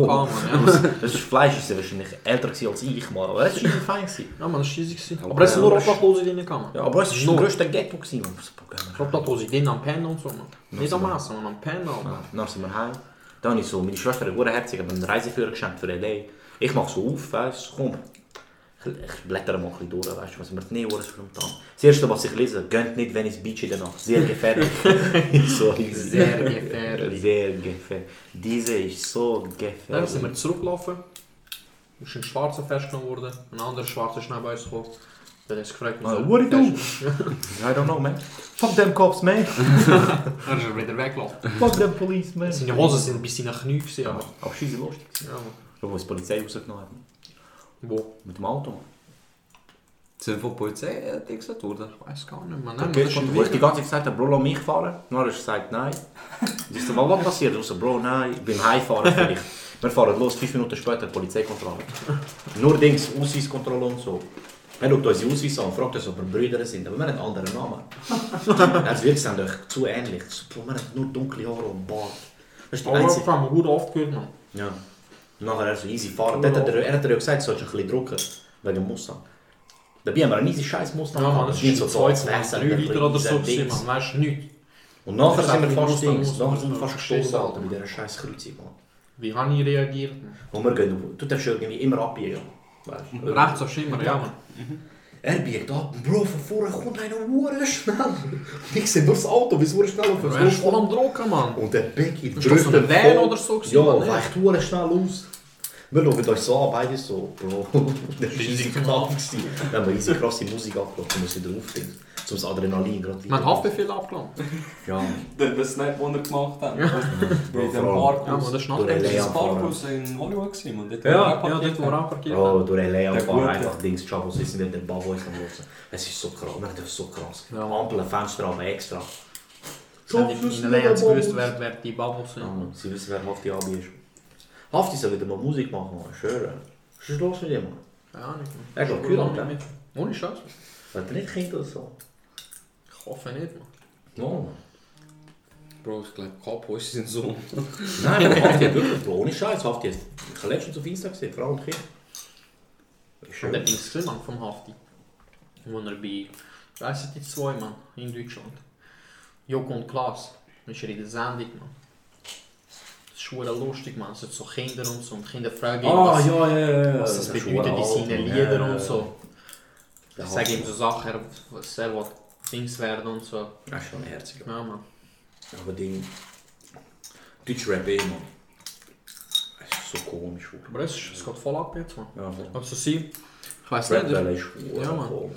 (laughs) gehabt, Mann, Das, das ist Fleisch ist ja wahrscheinlich älter gewesen als ich, Mann. Aber es war schon fein. Gewesen. Ja, man, das war scheisse. Aber es sind nur Obdachlose drin. Ja, aber es war Null. das grösste Ghetto. Gewesen. Mann. So, boah, gehen wir. Obdachlose drin am Pennen und so. Mann. Nicht am Essen, sondern am Pennen. Mann. Dann sind wir heim. Dann ist so, meine Schwester hat herzig einen Reiseführer geschenkt für LA. Ich mach so auf, weißt du, komm. Ich- Ich blätter mal ein bisschen durch, weißt du, was wir nicht alles für uns haben. Das erste, was ich lese, gönnt nicht Venice Beach in der Nacht. Sehr (laughs) gefährlich. so, Sehr gefährlich. Sehr gefährlich. Diese ist so Dann sind gefährlich. wir zurückgelaufen. Ist ein Schwarzer festgenommen worden. Ein anderer Schwarzer ist neben uns gekommen. Dann hat er gefragt, was Oh, what you do? I don't know, man. Fuck them cops, (laughs) man. Er ist er wieder weggelaufen. Fuck them police, man. (laughs) Seine Hosen sind bis seine Knie gewesen, aber... Aber scheiße lustig. Ja, Mann. Obwohl die Polizei rausgenommen hat. wo? Mit dem Auto. Sind von der Polizei äh, getötet worden? Weiß gar nicht, man. Dann Nein, gehst das du, ist wo ich die ganze Zeit gesagt habe, Bro, lass mich fahren. Dann hast du gesagt, nein. Siehst du mal, was passiert? Ich so, Bro, nein, beim Heimfahren (laughs) vielleicht. Wir fahren los, fünf Minuten später, Polizeikontrolle. Nur Dings, Ausweiskontrolle und so. Er schaut unsere Ausweis an und fragt uns, ob wir Brüder sind, aber wir haben einen anderen (laughs) Namen. Er wird sind euch zu ähnlich. Ich So, Bro, wir haben nur dunkle Haare und Bart. Das ist die Aber einzige... das haben wir gut oft gehört, man. Ja. Und nachher er so easy fahren. Dort hat er, er hat er ja gesagt, du sollst ein bisschen drucken. Wegen dem Mustang. Dabei haben wir einen easy scheiß Mustang. Ja, man, gehabt. das wie ist so zwei, zwei, Wasser, drei ein Liter oder so riesen gewesen, Dings. man. Weißt du, nichts. Und nachher Das sind wir ist fast Mustang, Dings. Mustang, Nachher sind wir Mustang. fast gestoßen, Alter, mit dieser scheiß Kreuzung. Mann. Wie habe ich reagiert? man? Und wir gehen auf. Du darfst irgendwie immer abbiegen. Weißt du? Rechts auf Schimmer, ja, man. Er biegt ab. Bro, von vorne kommt einer Uhren schnell. (laughs) Und ich sehe nur das Auto, wie es Uhren schnell auf Du bist uns voll am Drucken, man. Und der Becky drückt Ist das so ein ihn Van voll- oder so gewesen, Ja, oder? weicht hure schnell aus. Wir schauen euch so an, beide so, Bro. (laughs) Der war easy knapp. gewesen. Dann haben wir easy krasse Musik abgelassen, muss wieder aufdrehen. Zum das Adrenalin gerade wieder. Man hat Haftbefehl abgelangt. Ja, Den Snap, den er gemacht hat. Mit dem Bro. Parkhaus. Ja, man, das ist noch... Durch den Lay Das anfahren. Parkhaus in Hollywood gewesen, man. Dort Ja, haben wir auch ja, dort, wo parkiert. er auch parkiert Bro, hat. durch den Lay anfahren, gute. einfach Dings schaffen, sonst sind wir den Babo ist am Losen. Es ist so krass, man, das ist so krass. Ja. Ampeln, Fenster aber extra. Wenn die- In der Lehre haben sie gewusst, wer wer die Babos Ja, sind. Mann, Sie wissen, wer Hafti Abi ist. Hafti soll wieder mal Musik machen, Mann. Schön. Was ist los mit ihm, Mann? Keine Ahnung. man. Er ist doch Kühlhammer. Ohne Scheiß. Hat er nicht Kinder oder so? Ich hoffe nicht, man. No. Bro, ich glaube, Capo ist sein Sohn. Nein, aber Hafti hat wirklich, Bro, ohne Scheiß, Hafti hat, ich habe letztens auf Insta gesehen, Frau und Kind. Und dann bin ich gesehen, Mann, vom Hafti. Wo er bei, weiss ich die zwei, Mann, in Deutschland. Joko und Klaas. Dann ist er in der Sendung, Mann. Das schwer lustig, man. Es hat so Kinder und so. Und Kinder fragen ihn, Ah, was, ja, ja, ja. ja. was das ist bedeutet in schon eh, seinen alt, Liedern ja, und ja. so. Ich sage ihm so Sachen, er- was er will Dings werden und so. Das ist schon herzig. Ja, man. Aber Ding. Deutsch Rap eh, Mann. Es ist so komisch. Mann. Aber es, ist- es geht voll ab jetzt, man. Ja, Mann. Also sie, ich weiß Rap nicht, Battle ist Ja, Mann. komisch.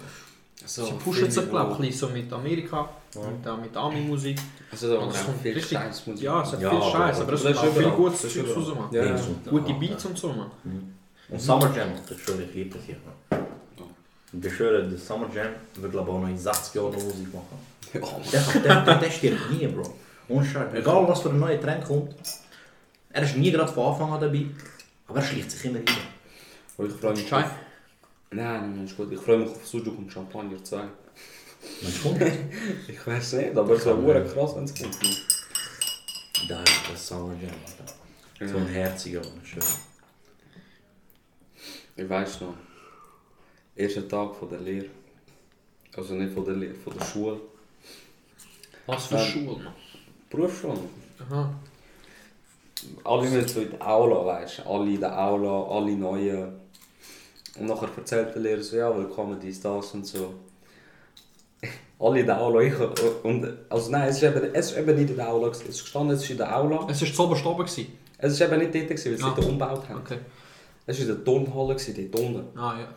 So, sie pushen sich glaube ich ein bisschen so mit Amerika, mit, äh, mit Ami-Musik. Also, da Und es war kommt viel richtig, Scheißmusik. ja, es hat Ja, viel aber- Scheiß, aber Das es ist ist auch schon viel viel- gutes Zeugs raus, man. Ja, ja. Dings und- Gute Beats und so, man. Und Summer Jam, Mann. das schöne Lied das hier. Mann. Und ich schwöre, der Summer Jam wird glaube ich auch noch in 60 Jahren noch Musik machen. Der, der, der, der stirbt nie, Bro. Ohne Scheiß. Egal was für ein neuer Trend kommt, er ist nie gerade von Anfang an dabei, aber er schleicht sich immer rein. Und ich freue mich Schei. auf... Nein, nein, nein, ist gut. Ich freue mich auf Sujuk und Champagner zu sagen. Mensch, (laughs) kommt das? Ich weiß nicht, aber es wäre verdammt krass, wenn es kommt. Da ist das Summer Jam, Alter. So ein herziger, Mann. Schön. Ich weiß noch. Eerste Tag von der Lehre. Also nicht von der Lehre, von der Schule. Was für Ähm, Schule, man. Berufsschule. Äh, Aha. Alle müssen so in die Aula, weißt du? Alle in der Aula, alle Neuen. Und nachher erzählt der Lehrer so, ja, willkommen, dies, das und so. (laughs) Alle in der Aula, ich und... Also nein, es ist eben, es ist eben nicht in der Aula. gewesen. Es ist gestanden, es ist in der Aula. Es war zu oberst oben. gewesen. Es ist eben nicht dort, gewesen, weil sie Ah. dort umgebaut haben. Okay. Es war in der Turnhalle, gewesen, dort unten. Ah, ja.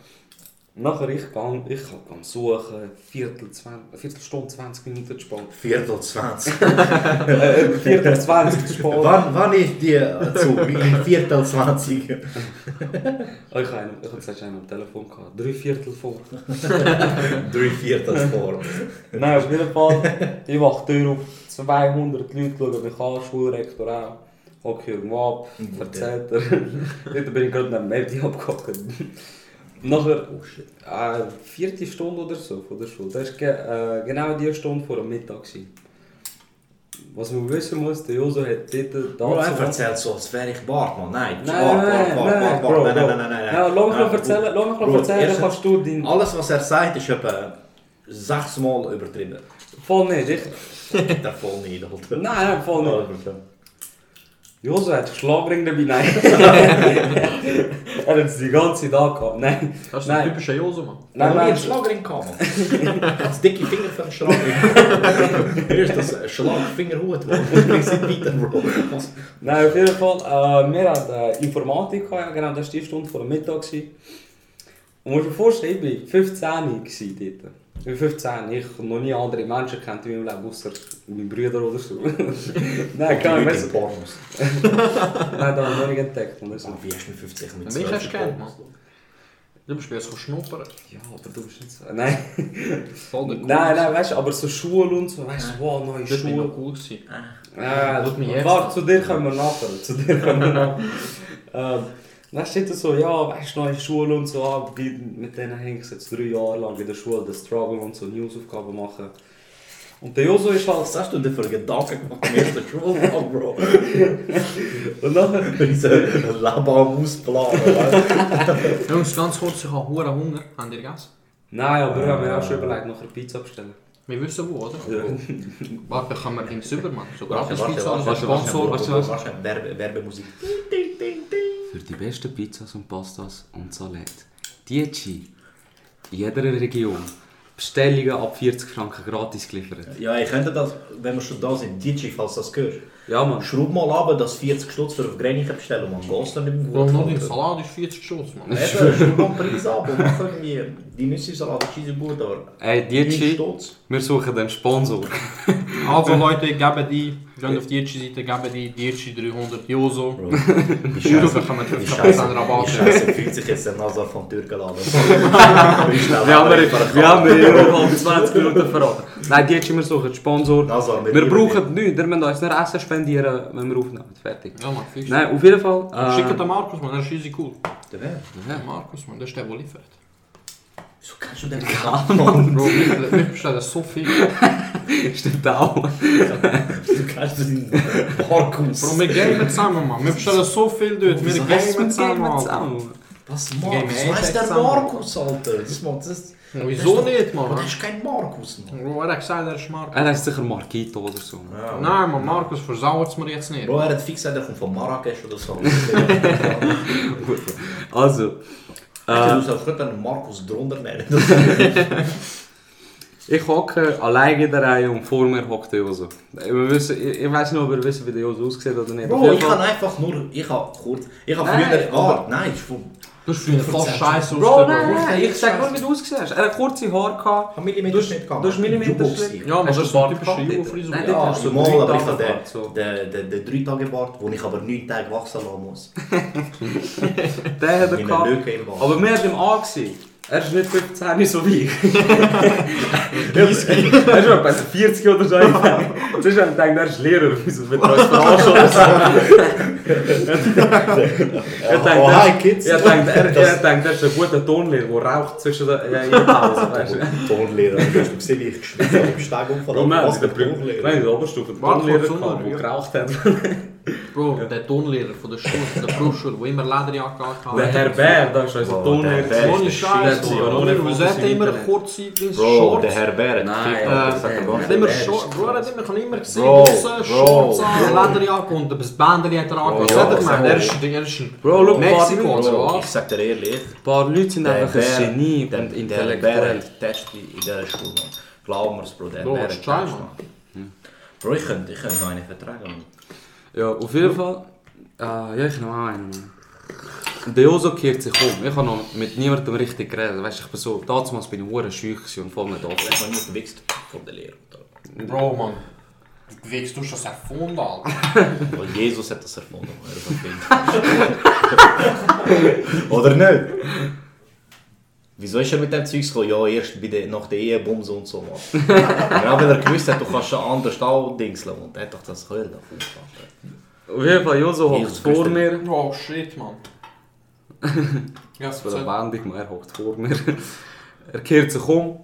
Nachher ich gang, ich gang suchen, Viertel, 20, Viertelstunde, 20 Minuten zu (laughs) spät. Viertel 20. Äh, Viertel 20 zu (laughs) spät. wann, wann ist die Zug? In Viertel 20. Oh, ich habe ich hab zuerst einen am Telefon gehabt. Drei Viertel vor. Drei Viertel vor. Nein, auf jeden Fall. Ich wache die Tür auf. 200 Leute schauen mich an, Schulrektor auch. Hocke irgendwo ab, erzählt er. (laughs) Dort bin ich gerade neben dem Mädchen abgehockt. Nachher, äh, vierte Stunde oder so von der Schule. Das war ge äh, genau die Stunde vor dem Mittag. Gewesen. Was man wissen muss, der Joso hat dort Bro, dazu- er vertelt so, als wäre ich Bartmann. Nein, Nein, nein, nein, Bro, Nein, Bro. nein, nein, nein, nein. Ja, lass mich Nein, noch erzählen, lass mich Bro, noch erzählen, dann eerst- kannst du deinen... Alles was er sagt ist etwa sechsmal übertrieben. Voll nicht, ich... Dat valt niet, Alter. Nein, nein, voll Oh. nicht. Josu hat Schlagring dabei, (laughs) nein. er hat es die ganze Zeit angehabt, nein. Das ist ein Nein, typischer Jose, man. nein, Wanneer nein. een slagring komen. Als dikke vinger van een slagring. Eerst als een slagvinger hoe het wordt. Ik zit niet aan, bro. Nein, auf jeden Fall, äh, wir hatten äh, Informatik, gehabt, ja, genau, das war die Stunde vor dem Mittag. gewesen. Und musst dir vorstellen, ich war 15 gewesen dort. Ich bin 15, ich habe noch nie andere Menschen kennt in meinem Leben, außer meine Brüder oder (laughs) so. nein, Ik keine weet het, Ahnung, (laughs) pornos. nein, da habe ich noch nicht entdeckt. Oder so. Maar wie is nu 50 met Mich hast du zwölf gern, man. pornos? Du bist jetzt schnuppern. Ja, aber du bist nicht so... Nein, Voll der nein, nein, weißt du, aber so Schule und so, weißt du, wow, nou, neue Das war Schule. noch cool. Gewesen. Äh. Ja, Lass mich jetzt Warte, an. zu dir kommen wir nachher. Zu dir kommen wir nachher. (laughs) ähm, dann steht er so, ja, weißt du, neue Schule und so, ah, wie- mit denen hänge ich jetzt drei Jahre lang in der Schule, das Struggle und so Newsaufgaben machen. Und der Joso ist halt Wat hast du denn für Gedanken gemacht im ersten Schultag, (laughs) Bro? (laughs) Und nachher, Diese Labamus-Plan, Jungs, ganz kurz, ich habe hohen Hunger. Habt ihr gegessen? nein, aber wir haben mir auch schon überlegt, nachher Pizza bestellen. Wir wissen wo, oder? Warte, kann man Dings über, man. So Warte, gratis warte, Pizza, warte, oder warte, warte, Sponsor, weißt du warte, was? warte, Werbe- Werbemusik. Für die besten Pizzas und Pastas und Salat. Dieci. In jeder Region. Bestellungen ab 40 Franken gratis geliefert. Ja, ich könnte das, wenn wir schon da sind, DJ, falls du das hörst. Ja, Mann. Schraub mal ab, dass 40 Stutz für auf Grenchen bestellen, man. Gehst du nicht mehr Bro, gut? nur dein Salat ist 40 Schuss, man. Eben, schraub mal den Preis ab und mach irgendwie die Nüsse-Salat, die Cheese gut, aber Ey, 40 Dietschi, Stutz. wir suchen den Sponsor. Also Leute, geben die, geht auf die Dirtschi-Seite, geben die Dirtschi 300 Joso. Die Euro bekommen wir 50% Rabatt. die Scheiße fühlt sich jetzt der Nasa vom Türkenladen. Wir Wir haben wir haben wir 20 Minuten verraten. Nein, Dietschi, wir suchen den Sponsor. Nasa, Wir brauchen nichts, wir müssen uns nur Essen spendieren, wenn wir aufnehmen. Fertig. Ja, man, fix. Nein, auf jeden Fall. äh, Schickt den Markus, man, er ist easy cool. Wieso Der Markus, man, der ist der, der liefert. kannst du denn nicht haben, Mann? Bro, wir wir bestellen so viel. Stimmt auch. Du kannst du den Markus. Bro, wir gamen zusammen, man. Wir bestellen so viel dort. Wir gamen zusammen. Alter. Was Game Markus? echt Was ist der zusammen. Markus, Alter? Das macht das. Wieso nicht, Aber das Mann? ist kein Markus, Mann. Bro, er hat gesagt, er ist Markus. Er heißt sicher Marquito oder so. Nein, Mann, Markus, versauert es mir jetzt nicht. Bro, er hat fix gesagt, er kommt von Marrakesch oder (laughs) so. Also, Hätte du sollst nicht einen Markus drunter nennen. ich hocke alleine in der Reihe und vor mir hockt Joso. Wir Eh, wissen, ich, ich weiß nicht, ob wir wissen, wie der Joso aussieht oder nicht. Auf (laughs) Bro, jeden ich Fall- kann einfach nur... Ich hab kurz... Ich hab Nein, früher... Ah, nein, ich von... Du hast früher fast scheiße Bro, ausgesehen, nein, Bro. nein, ich sag nur, wie du aussiehst. Er hat kurze Haare gehabt. Ein Millimeterschnitt gehabt. Du hast Millimeterschnitt. Jubelschnitt. Ja, maar Hast dat du is een Bart typische gehabt, Jugo-Frisur. Nein, Ja, dort Ja, hast du mal, drei aber ich Tage habe Bart, so. den, den, den, den 3-Tage-Bart, den ich aber 9 Tage wachsen lassen (laughs) muss. Den hat er Meine gehabt. Lücke im Bart. Aber wir haben ihn angesehen. Er ist nicht 15 so wie (laughs) ich. er ist schon bei 40 oder so. eingegangen. Zuerst haben wir gedacht, er ist Lehrer. Wieso wird er uns verarschen (laughs) oder so? Er denkt, Oh, er- hi, kids. Er denkt, er, er denkt, er ist ein guter Tonlehrer, der raucht zwischen der ja, jeder Pause. Weißt (laughs) du? Tonlehrer, du hast gesehen, wie ich um geschwitzt habe im Steg Bro, umfallen. wir Was haben in für der Prüfung- wir haben Tonlehrer? in der Oberstufe einen Warte, Tonlehrer kurz, gehabt, der ja. geraucht hat. Bro, der Tonlehrer von der Schule, von der Berufsschule, der immer Lederjacke angehabt Der Herr Bär, da ist unser Tonlehrer. der Bär Ohne Scheiß, Shit, Mann. Bro. Wieso hat er immer Internet. een kurze Dings, Shorts? Bär Nein, Ah, Äh, das sagt Hat immer Shorts, Bro, er hat immer, ich habe immer gesehen, Bro, Hosen, Bro, Shorts an, Lederjacke und ein Bändchen hat er angehabt. Was hat er gemeint? Er ist, er ist ein Bro, schau, Mexiko, Bart, oder Ich was? sag dir ehrlich, Ein paar Leute sind der einfach Bär, ein Genie der, und der Bär intellektuell. hat getestet in dieser Schule. Glaub mir's, Bro, der Bro, Bär hat das ist geil, getestet. Bro, ich könnte, ich könnte noch einen vertragen. Ja, auf jeden Fall. Äh, ja, ich nehme auch einen. Mann. Der Joso kehrt sich um. Ich habe noch mit niemandem richtig geredet. Weißt, du, ich bin so, damals bin ich hure schüch gewesen und voll nicht offen. Ich habe nicht gewichst von der Lehre. Bro, man. Wiegst du schon sehr fund, Alter. Weil Jesus hat das erfunden. Er ist ein Kind. Oder nicht? Wieso ist er mit dem Zeugs gekommen? Ja, erst bei der, nach der Ehe, Bums und so. Mann. Genau, weil er gewusst hat, du kannst schon anders auch dingseln. Und er hat doch das gehört. auf Aufwand. Auf jeden Fall, Joso hockt Jesus vor Christus. mir. Bro, shit, (laughs) man. Ja, das Das war eine war Wendung, man, er hockt vor mir. er kehrt sich um.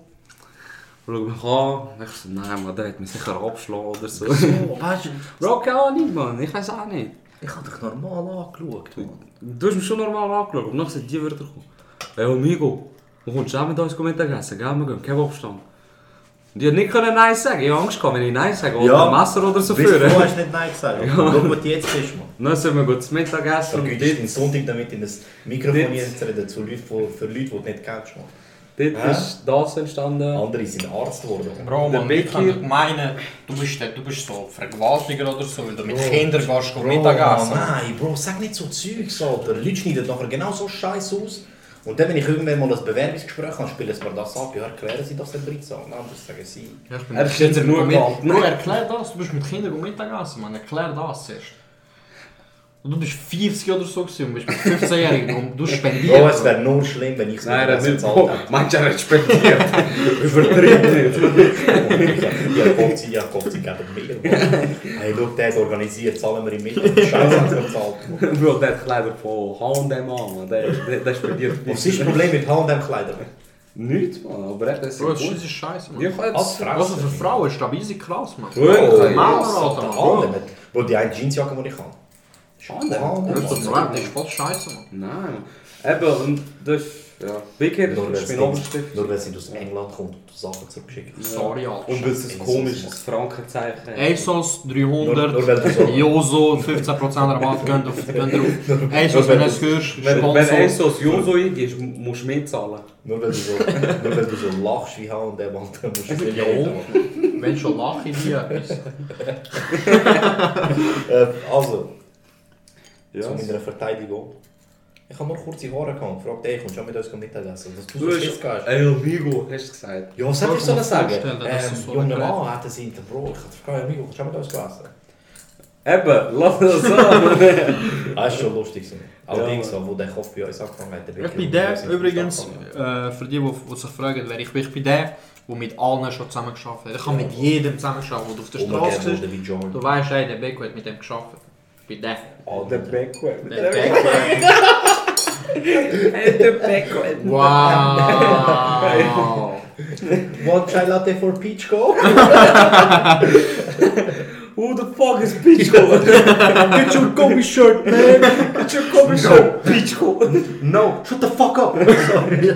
Schaut mich an. Ich so, nein, man, der hat mich sicher abgeschlagen oder so. (laughs) Oh, weißt du, Bro, keine Ahnung, Mann. Ich weiß auch nicht. ich habe dich normal angeschaut. Mann. Du hast mich schon normal angeschaut und dann sind die Wörter gekommen. Hey amigo, du kommst auch mit uns Mittagessen, gell? Wir gehen Kebabstand. Die hat nicht können Nein sagen, ich hab Angst gehabt, wenn ich Nein sage, oder ein Messer oder so Bis vorher führen. hast du nicht Nein gesagt. Schau, wo du jetzt bist, Mann. Dann sind wir gut zum Du Mittagessen und gehst dort, den Sonntag damit in das Mikrofon Dit- jetzt reden, zu Leuten, wo- für Leute, die du nicht kennst. Mann. dort ist das entstanden. Andere sind Arzt geworden. Bro, Der man, Becky- ich kann meinen, du bist, der- du bist so Vergewaltiger oder so, weil du mit Kindern gehst und Mittagessen. Oh, nein, Bro, sag nicht so Zeugs, Alter. Leute schneiden nachher genau so Scheiß aus. Und dann, wenn ich irgendwann mal ein Bewerbungsgespräch habe, spielen sie mir das ab. Ja, erklären sie das den Briten. Und anders sagen sie. Ja, ich bin Er mit ist jetzt Kindern nur gegangen. gehabt, ne? Bro, erklär das. Du bist mit Kindern um Mittagessen, Mann. Erklär das zuerst. Und Du bist 40 oder so gewesen und bist mit 15-Jährigen und du spendierst. Bro, es wäre nur schlimm, wenn ich es Nein, er will, bezahlt hätte. manch er respektiert. (laughs) Übertrieben nicht. Ja, kommt sie, ja, kommt sie geben mir. Mann. Hey, schau, der ist organisiert, zahlen wir ihm mit. Scheiße, hat er bezahlt. Mann. Bro, der hat Kleider von H&M an, man. der, der, der spendiert Was ist das Problem mit H&M-Kleidern? Nichts, man, aber er ist Bro, das ist scheiße, Mann. Ich kann Als jetzt... Frau. Also für Frauen ist das easy krass, Mann. Bro, ich kann- Männer, Alter, Alter, Mann. H&M. hat- Bro, die eine Jeansjacke, die ich habe. ist H&M. Das ist Problem, das ist voll scheiße, Mann. Nein, eben, und das ist... Ja, Bigger, Nur das wenn ist sie- mein Oberstift. nur wenn sie aus England kommt und Sachen zurückschicken. Sorry, Alter. Und weil es ein komisches Frankenzeichen ist. ASOS Nur- nur wenn du 300, so- Joso 15% Rabatt, gönnt auf, gönnt auf. ASOS, wenn wenn du du- es hörst, Wenn wenn Sponsor. ASOS Joso eingehst, mu- musst du mehr zahlen. Nur wenn du so, nur wenn du so lachst wie H&M, dann musst du es Ja, wenn schon lache ich dir etwas. Eh, Also, Ja. zu meiner Verteidigung. Ich habe nur kurze Haare gehabt. Frag dich, kommst du auch mit uns Mittagessen? Dass du Du so hast... Schiss gehst. Ey, amigo, hast du gesagt. Ja, was hättest du Soll sollen ich sagen? mir vorstellen, dass Ähm, es so junger erklärt? Mann hat es in der Bro, ich habe gefragt, Amigo, kommst du auch mit uns essen? Eben, lass das an. Das ist schon lustig. gewesen. Allerdings, Ja. wo der Kopf bei uns angefangen hat, der Ich Bäcker- bin der, Bäcker- übrigens, (laughs) angefangen hat. äh, für die, die, die sich fragen, wer ich bin, ich bin der, der mit allen schon zusammengearbeitet hat. Ich habe mit jedem zusammengearbeitet, der auf der Wo man Straße gerne ist. wurde wie John. Du weißt, hey, der Beko hat mit dem gearbeitet. Ich bin der. Der Becco. Der Beko. Wow. (laughs) One chai latte for Peach Go? Who the fuck is Pichko? Get your coffee shirt, (laughs) man. Get your coffee shirt, Pichko. No, shut the fuck up! (laughs) Sorry.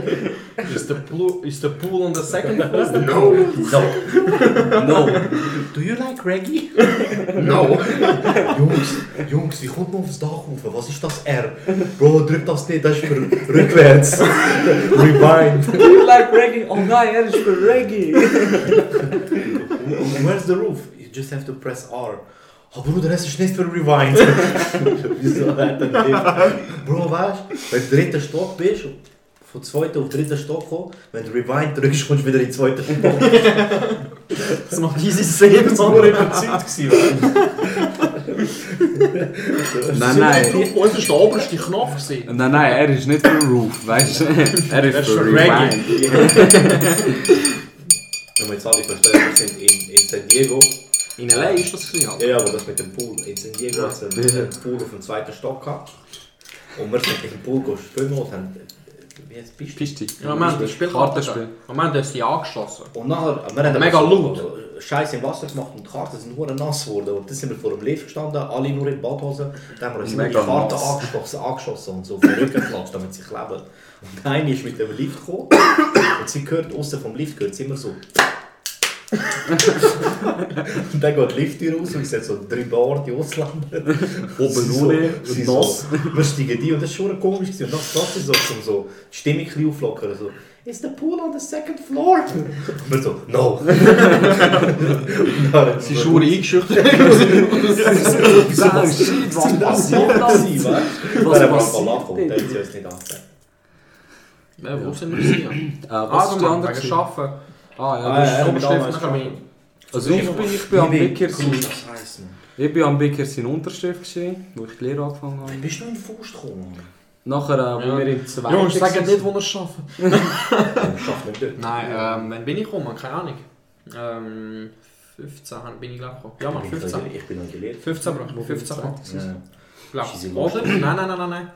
Is the pool, is the pool on the second floor? No, no, No. Do you like Reggae? (laughs) No. Jungs, Jungs, wie kommt man aufs Dach rauf? Was ist das R? Bro, drück das nicht, das ist für (laughs) rückwärts. Rewind. Do you like reggae? Oh nein, er ist für Reggae. Where's the roof? You just have to press R. Oh Bruder, das ist nicht für Rewind. (laughs) Wieso hat er nicht? Bro, weißt du, wenn du im dritten Stock bist, von zweiten auf dritten Stock kommst, wenn du Rewind drückst, kommst du wieder in den zweiten Stock. Das macht easy Save, war überzeugt gewesen. Nein, nein. Das ist der oberste Knopf. gewesen. Nein, nein, er ist nicht für Roof, weißt du? Er ist für für Rewind. Reggae. Wenn wir jetzt alle verstehen, wir sind in, in San Diego. In L.A. ist das gewesen, Alter. Ja, aber das mit dem Pool. In San Diego hat es einen Pool auf dem zweiten Stock gehabt. Und wir sind mit dem Pool gespielt und haben. Wie jetzt bist du? Pisti. Ja, wir haben das Spiel Kartenspiel. Und wir haben das die angeschossen. Und nachher. äh, Wir haben Mega aber so Scheiße im Wasser gemacht und die Karten sind nur nass geworden. Und dann sind wir vor dem Lift gestanden, alle nur in Badhosen. Dann haben wir uns immer die Mega Karten nass. angeschossen, angeschossen und so auf den Rücken geklatscht, damit sie kleben. Und der eine ist mit dem Lift gekommen und sie hört, außen vom Lift hört sie immer so. und dann geht die Lifttür raus und ich sehe so drei behaarte Ausländer. (laughs) Oben ohne, Sie so, nass. wir steigen die und das ist schon komisch gewesen. Und nach das ist so, um so die Stimmung ein bisschen auflockern. So, is the pool on the second floor? Und wir so, no. (laughs) Sie ist schon eingeschüchtert. Wieso Was passiert? Was Ah, passiert? dus- Was Was haben wir passiert Lachen und denn? dann haben sie uns nicht angezeigt. Ja, Wo sind (laughs) wir gewesen? Äh, was Ah, ist du der Mann, andere? wegen gewesen? Arbeiten. Ah ja, Ah, ja, das ist er hat die Unterschrift damals nach mir. Also ich bin, ich bin am Bäcker. gewesen. Das heisst nicht. Ich bin am Bäcker seine Unterschrift geschrieben, wo ich die Lehre angefangen eh, habe. Bist du in den Fuß gekommen? Nachher, äh, Ja. wo wir im zweiten. Jungs, sag waren- nicht, wo wir arbeiten. Ich schaff nicht dort. Nein, ähm, wann bin ich gekommen? Keine Ahnung. Ähm, 15 hab- bin ich glaube gekommen. Ja, Mann, Ich bin noch 15. gelehrt. Ich bin noch gelehrt. 15 brauche ich. 15 Mann. Ja. Glaub Scheiße, ich. Oder? Nein, nein, nein, nein, nein.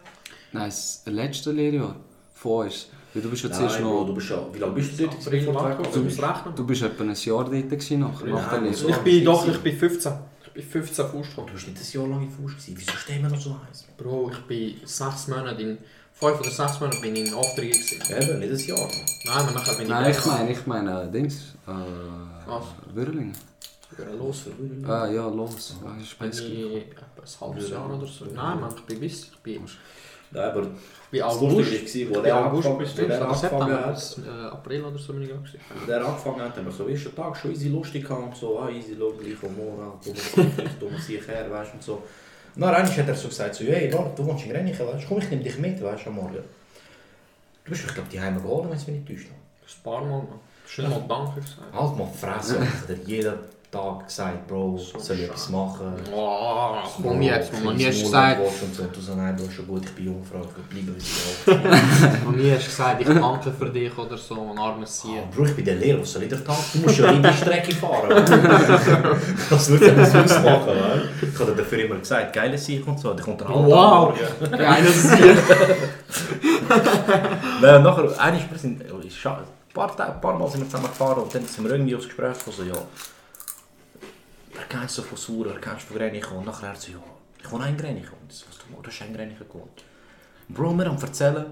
Nein, das letzte Lehrjahr von uns. Weil du bist ja zuerst Nein, Bro, Genau, du noch... bist ja... Wie lange bist du dort? Aber ich mag es rechnen. Du bist etwa ein Jahr dort gewesen, nach, nach der Nein, Lehre. so- Ich bin doch, ich bin 15. Ich bin 15 Fuß Du bist nicht ein Jahr lang in Fuß gewesen. Wieso stehen wir noch so heiß? Bro, ich bin 6 Monate in... 5 oder 6 Monate bin ich in Aufträge gewesen. Eben, nicht ein Jahr. Nein, aber nachher bin ich... Nein, ich meine, ich meine, äh, Dings. Äh, Was? Würling. Los, verwirrend. Ah ja, los. Ah, ist Bin ich Äh, besser. etwa ein halbes Jahr oder so. Nein, Mann, ich bin bis... Ich bin, ich Nein, aber bin das August. Lustige war, wo Ich bin der August angefangen bis wo der angefangen September. hat. äh, April oder so bin ich auch gewesen. wo Der angefangen hat, haben wir so ersten Tag schon easy lustig gehabt und so, ah, easy look, gleich vom Moral, du musst du musst dich her, weißt du, und so. Na, eigentlich hat er so gesagt, so, hey, Bart, du wohnst in Grenichen, weißt du, komm, ich nehme dich mit, weißt du, am Morgen. Du bist, ich glaube, die Heime geholt, wenn es mich nicht täuscht. Ein paar Mal, Mann. Schnell mal Danke gesagt. Halt mal die Fresse, Alter. hat er jeden Tag gesagt, Bro, soll ich etwas machen? Oh, komm jetzt, Mann. Noch nie hast du Urlaub gesagt, willst Und so, du so, nein, du bist schon gut, ich bin Jungfrau, ich bleibe, wie ich will. noch nie hast du gesagt, ich danke für dich oder so, ein armes Ja, Tier. Bro, ich bin der Lehrer, was soll ich dir tun? Du musst ja in die Strecke fahren. das würde ich nicht ausmachen. Oder? Ich habe dir dafür immer gesagt, geile Sieg und so. Die kommt dann alle Wow. an. Geiles Tier. Nein, nachher, eigentlich wir sind oh, ist schade. ein paar, Tage- ein paar Mal sind wir zusammen gefahren und dann sind wir irgendwie aufs Gespräch gekommen, so, ja, erkennst du von Sur, erkennst du von Grenichen? Und nachher er so, ja, ich wohne auch in Grenichen. Und ich so, was, du, du hast auch in Grenichen gewohnt? Bro, wir haben erzählen,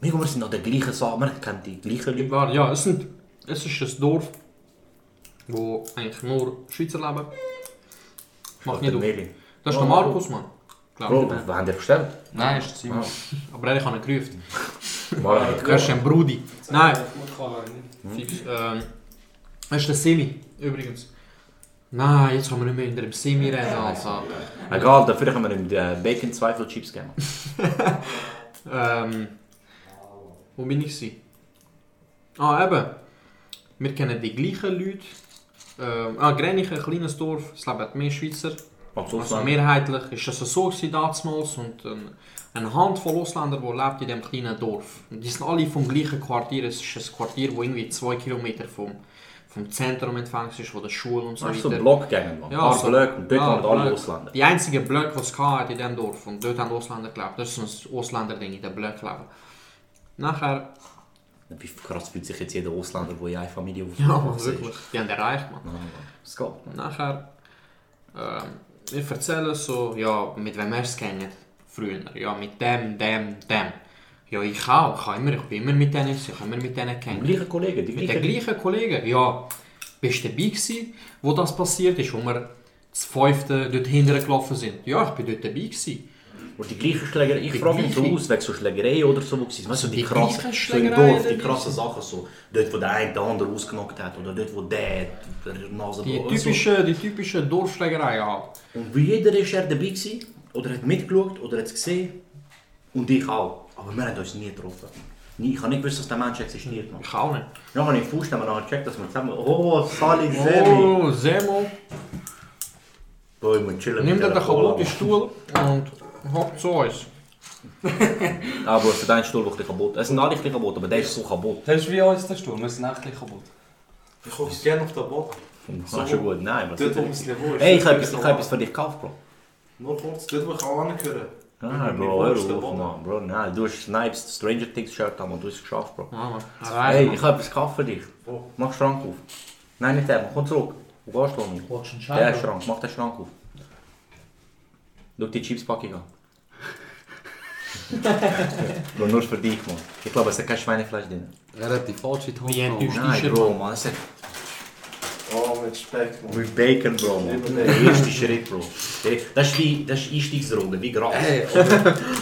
wir wir sind an der gleichen Sache, wir kennen die gleichen Leute. War, ja, es, sind, es ist ein Dorf, wo eigentlich nur Schweizer leben. Mach nicht Der auf. Merlin. Das ist der Markus, Mann. Glaub Bro, ich. wir haben dir (laughs) verstanden. Nein, ist Simon. Aber er hat ihn gerufen. Morgen Du hast einen Brudi. Nein. Fix. Ähm, das ist der Semi, übrigens. Nein, jetzt kann man nicht mehr hinter dem Semi reden, Alter. Egal, dafür haben wir ihm die eh, Bacon Zweifel Chips (laughs) gegeben. Ähm, wo bin ich? Gewesen? Ah, eben. Wir kennen die gleichen Leute. Ähm, ah, Grenichen, ein kleines Dorf, es leben mehr Schweizer. Als Also Ausland. mehrheitlich ist das so gewesen damals und ein, eine Handvoll Ausländer, die lebt in diesem kleinen Dorf. Und die sind alle vom gleichen Quartier. Es ist ein Quartier, das irgendwie zwei Kilometer vom, vom Zentrum entfernt ist, von der Schule und so Das ist so weiter. ein Block gegangen, man. Ja, Ja, paar so- Blöcke und dort ja, waren alle Blöcke. Ausländer. Die einzige Blöcke, die es hatte in diesem Dorf und dort haben Ausländer gelebt. Das ist so ein Ausländer-Ding in diesem Blöck leben. Nachher, Wie krass fühlt sich jetzt jeder Ausländer, der in einer Familie ja, aufgewachsen wirklich, die haben erreicht, man. Es geht. Nachher Ähm, ich erzähle so, ja, mit wem hast du es kennt? Früher. Ja, mit dem, dem, dem. Ja, ich auch. Ich, habe immer, ich bin immer mit denen, ich habe immer mit denen Die kennen. gleichen Kollegen, die Mit gleichen. den gleichen Kollegen, ja. Bist du dabei gewesen, wo das passiert ist, wo wir das fünfte dort hinterher gelaufen sind? Ja, ich bin dort dabei gewesen. Und die gleichen Schlägereien, ich Die frage mich so gleichen. aus, wegen so Schlägereien oder so, wo gewesen. Weißt du, die, Die krassen, gleichen so im Schlägereien Dorf, die dabei krassen Sachen, so, dort wo der eine den anderen ausgenockt hat, oder dort wo der der Nase Die und so. typische, die typische Dorfschlägerei halt. Und bei jeder ist er dabei gewesen, oder hat mitgeschaut, oder hat es gesehen. Und ich auch. Aber wir haben uns nie getroffen. Nie. Ich habe nicht gewusst, dass der Mensch existiert. Man. Ich auch nicht. Dann habe ich Fuß dann nachher gecheckt, dass wir zusammen... Oh, Sally, Semi! Oh, Semo. Boah, ich muss chillen Nimm mit dir den dieser Cola, kaputten Stuhl und hopp zu uns. Mann. Aber für deinen Stuhl war ein bisschen kaputt. Es sind alle ein bisschen kaputt, aber der ist so kaputt. Das ist wie uns der Sturm, wir sind echt gleich kaputt. Ich hoffe, es gerne auf den Boden. So schon gut, nein. Was Dort, wo es Niveau ist. Ey, ich habe etwas, ich habe etwas für dich gekauft, Bro. Nur kurz, dort, wo ich auch angehöre. Nein, Bro, hör auf, Mann. Bro, nein, du hast Snipes Stranger Things Shirt an, Mann. Du hast es geschafft, Bro. Mama, Ey, rein. ich habe etwas gekauft für dich. Wo? Mach den Schrank auf. Nein, nicht der, Mann. Komm zurück. Wo gehst du, Mann? Willst du einen Der Scheiben? Schrank, mach den Schrank auf. Schau die Chipspackung an. Bro, nur für dich, Mann. Ich glaube, es hat kein Schweinefleisch drin. Er hat die falsche Hand Wie genommen. enttäuscht ist Nein, er? Bro, Mann. Es hat Oh, mit Speck, Mann. mit Bacon, Bro, Mann. (laughs) Der erste Schritt, Bro. Der- Das ist wie, das ist Einstiegsdroge, wie Gras. Ey,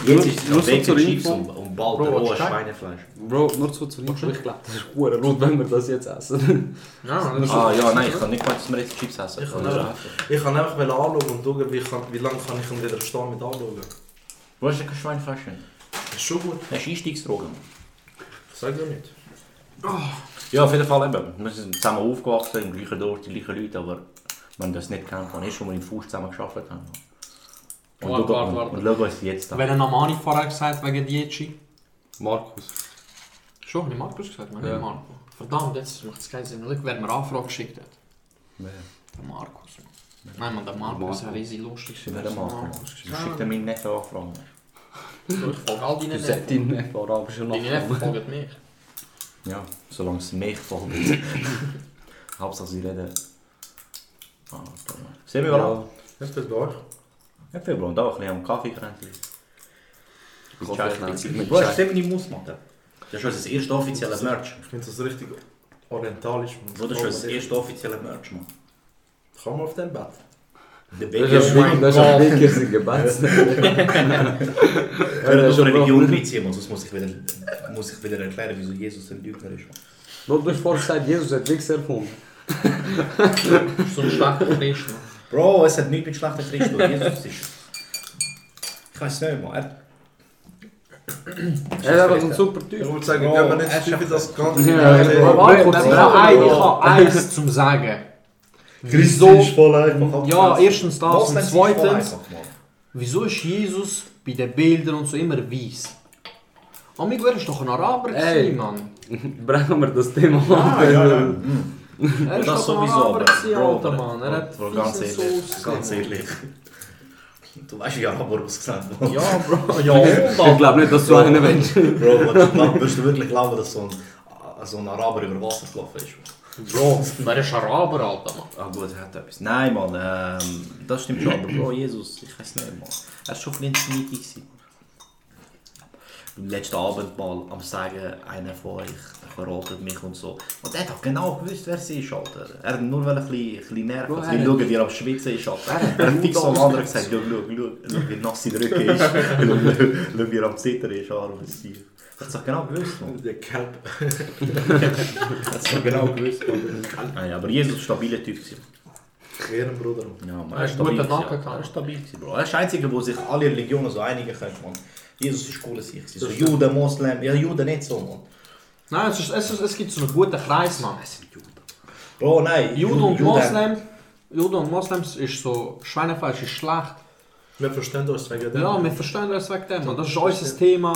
Jetzt ist es nur noch so Bacon zur Chips Info. und, und bald Bro, rohes was steigt? Schweinefleisch. Bro, nur so zur Info. Ich glaube, das ist hure laut, wenn wir das jetzt essen. Ja, das Ah ja, nein, ich kann nicht gemeint, dass wir jetzt Chips essen. Ich kann nicht. Ich kann einfach mal anschauen und schauen, wie, kann, wie lange kann ich ihn wieder stehen mit anschauen. Bro, ist ja kein Schweinefleisch drin. Das ist schon gut. Das ist Einstiegsdroge, Mann. Ich sag dir nicht. Ja, auf jeden Fall eben. Wir sind zusammen aufgewachsen, im gleichen Dorf, die gleichen Leute, aber man das nicht kennt, man ist schon mal im Fuß zusammen geschafft haben. Und, Warte, schau- warte, warte. und schau uns jetzt an. Wenn er Namani vorher gesagt wegen Dietschi. Markus. Schon, habe ich Markus gesagt, man, nicht Marco. Verdammt, jetzt macht es keinen Sinn. Schau, wer mir Anfrage geschickt hat. Der Markus. Nein, man, der Markus ist riesig lustig. Wer der Marco? Ich Du schickst mir nicht so Anfragen. folge all deine Du sagst Neffen. deinen Neffen arabischer Deine Nachnamen. Neffen folgen mich. Ja, solange es mich (laughs) folgt. Hauptsache sie reden. Ah, toll. Sehen wir mal. Ja, Ist das bei euch? Ja, viel Bro, da ein bisschen am Kaffee gerannt. Kaffee gerannt. Bro, ich sehe meine Mausmatte. Das ist unser erstes offizielles Merch. Ich finde das richtig orientalisch. Mann. Bro, das ist unser erstes offizielles Merch, Mann. Kann man auf dem Bett? Der Das Bacon ist ein Big- Schwein. das ist ein Big in Gebetsnacht. ja- Hör das auf, ist schon Religion Religion reinziehen, sonst muss ich wieder, muss ich wieder erklären, wieso Jesus ein Lügner ist. Bro, du hast vorhin gesagt, Jesus hat nichts erfunden. Das ist so ein (laughs) schlechter Christ. Mann. Bro, es hat nichts mit schlechten Christen. Jesus ist... Ich weiß nicht, Mann. Er, Er hat einfach ein super Ich Typ. würde sagen, Bro, gehen wir er nicht zu schafft viel das Ganze. Also, Ja, Nein, Bro, nein. Warte kurz, ich nein, habe ein- Bro. ich habe eins zum sagen. Wieso? voll einfach. Ja, erstens das und Moslems ist voll zweitens. einfach, Mann. Wieso ist Jesus bei den Bildern und so immer weiß? Amigo, er ist doch ein Araber, Ey. gewesen, Mann. Brechen wir das Thema an. Er ist Das doch ein sowieso, Araber, aber- gewesen, Bro, alter aber- Mann. Er hat Bro, ganz fiesen ehrlich, Sauce ganz gehabt. ehrlich. Du weißt, wie Araber ausgesagt wurde. Ja, Bro, ja, Ich glaube nicht, dass du einen willst. Bro, was du glaubst, wirst du wirklich glauben, dass so ein, so ein Araber über Wasser gelaufen ist? Bro, er ist Araber, alter Mann. Ah gut, er hat etwas. Nein, Mann, ähm, das stimmt schon, aber Bro, Jesus, ich weiß nicht, Mann. Er war schon ein bisschen neidig gewesen. Beim letzten Abendmahl am Sagen, einer von euch verratet mich und so. Und er hat doch genau gewusst, wer sie ist, Alter. Er hat nur wollen ein bisschen, ein bisschen nerven. Bro, Wir er hat- schauen, wie er am Schwitzen ist, Alter. Er hat fix am anderen gesagt, schau, schau, schau, schau, wie nass sein Rücken ist. Schau, schau, wie er am Zittern ist, armes Tier. Er hat doch genau gewusst, Mann. Der Kelp. Das war genau gewusst. Nein, Ah aber Jesus war ein stabiler Typ. gewesen. Ehrenbruder. Ja, man, Er er ist ist stabil. guter Nacken gewesen, ja. gehabt. Er ist stabil, gewesen, Bro. Er ist der Einzige, wo sich alle Religionen so einigen können, Mann. Jesus ist cool, sich. So Juden, Moslem, ja, Juden nicht so, Mann. Nein, es, ist, es, ist, es gibt so einen guten Kreis, Mann. Bro, nein. Juden und Juden- Moslem, Juden und Moslems ist so, Schweinefleisch ist schlecht. Wir verstehen uns wegen dem. Ja, wir verstehen das wegen dem, Mann. Das ist unser Thema.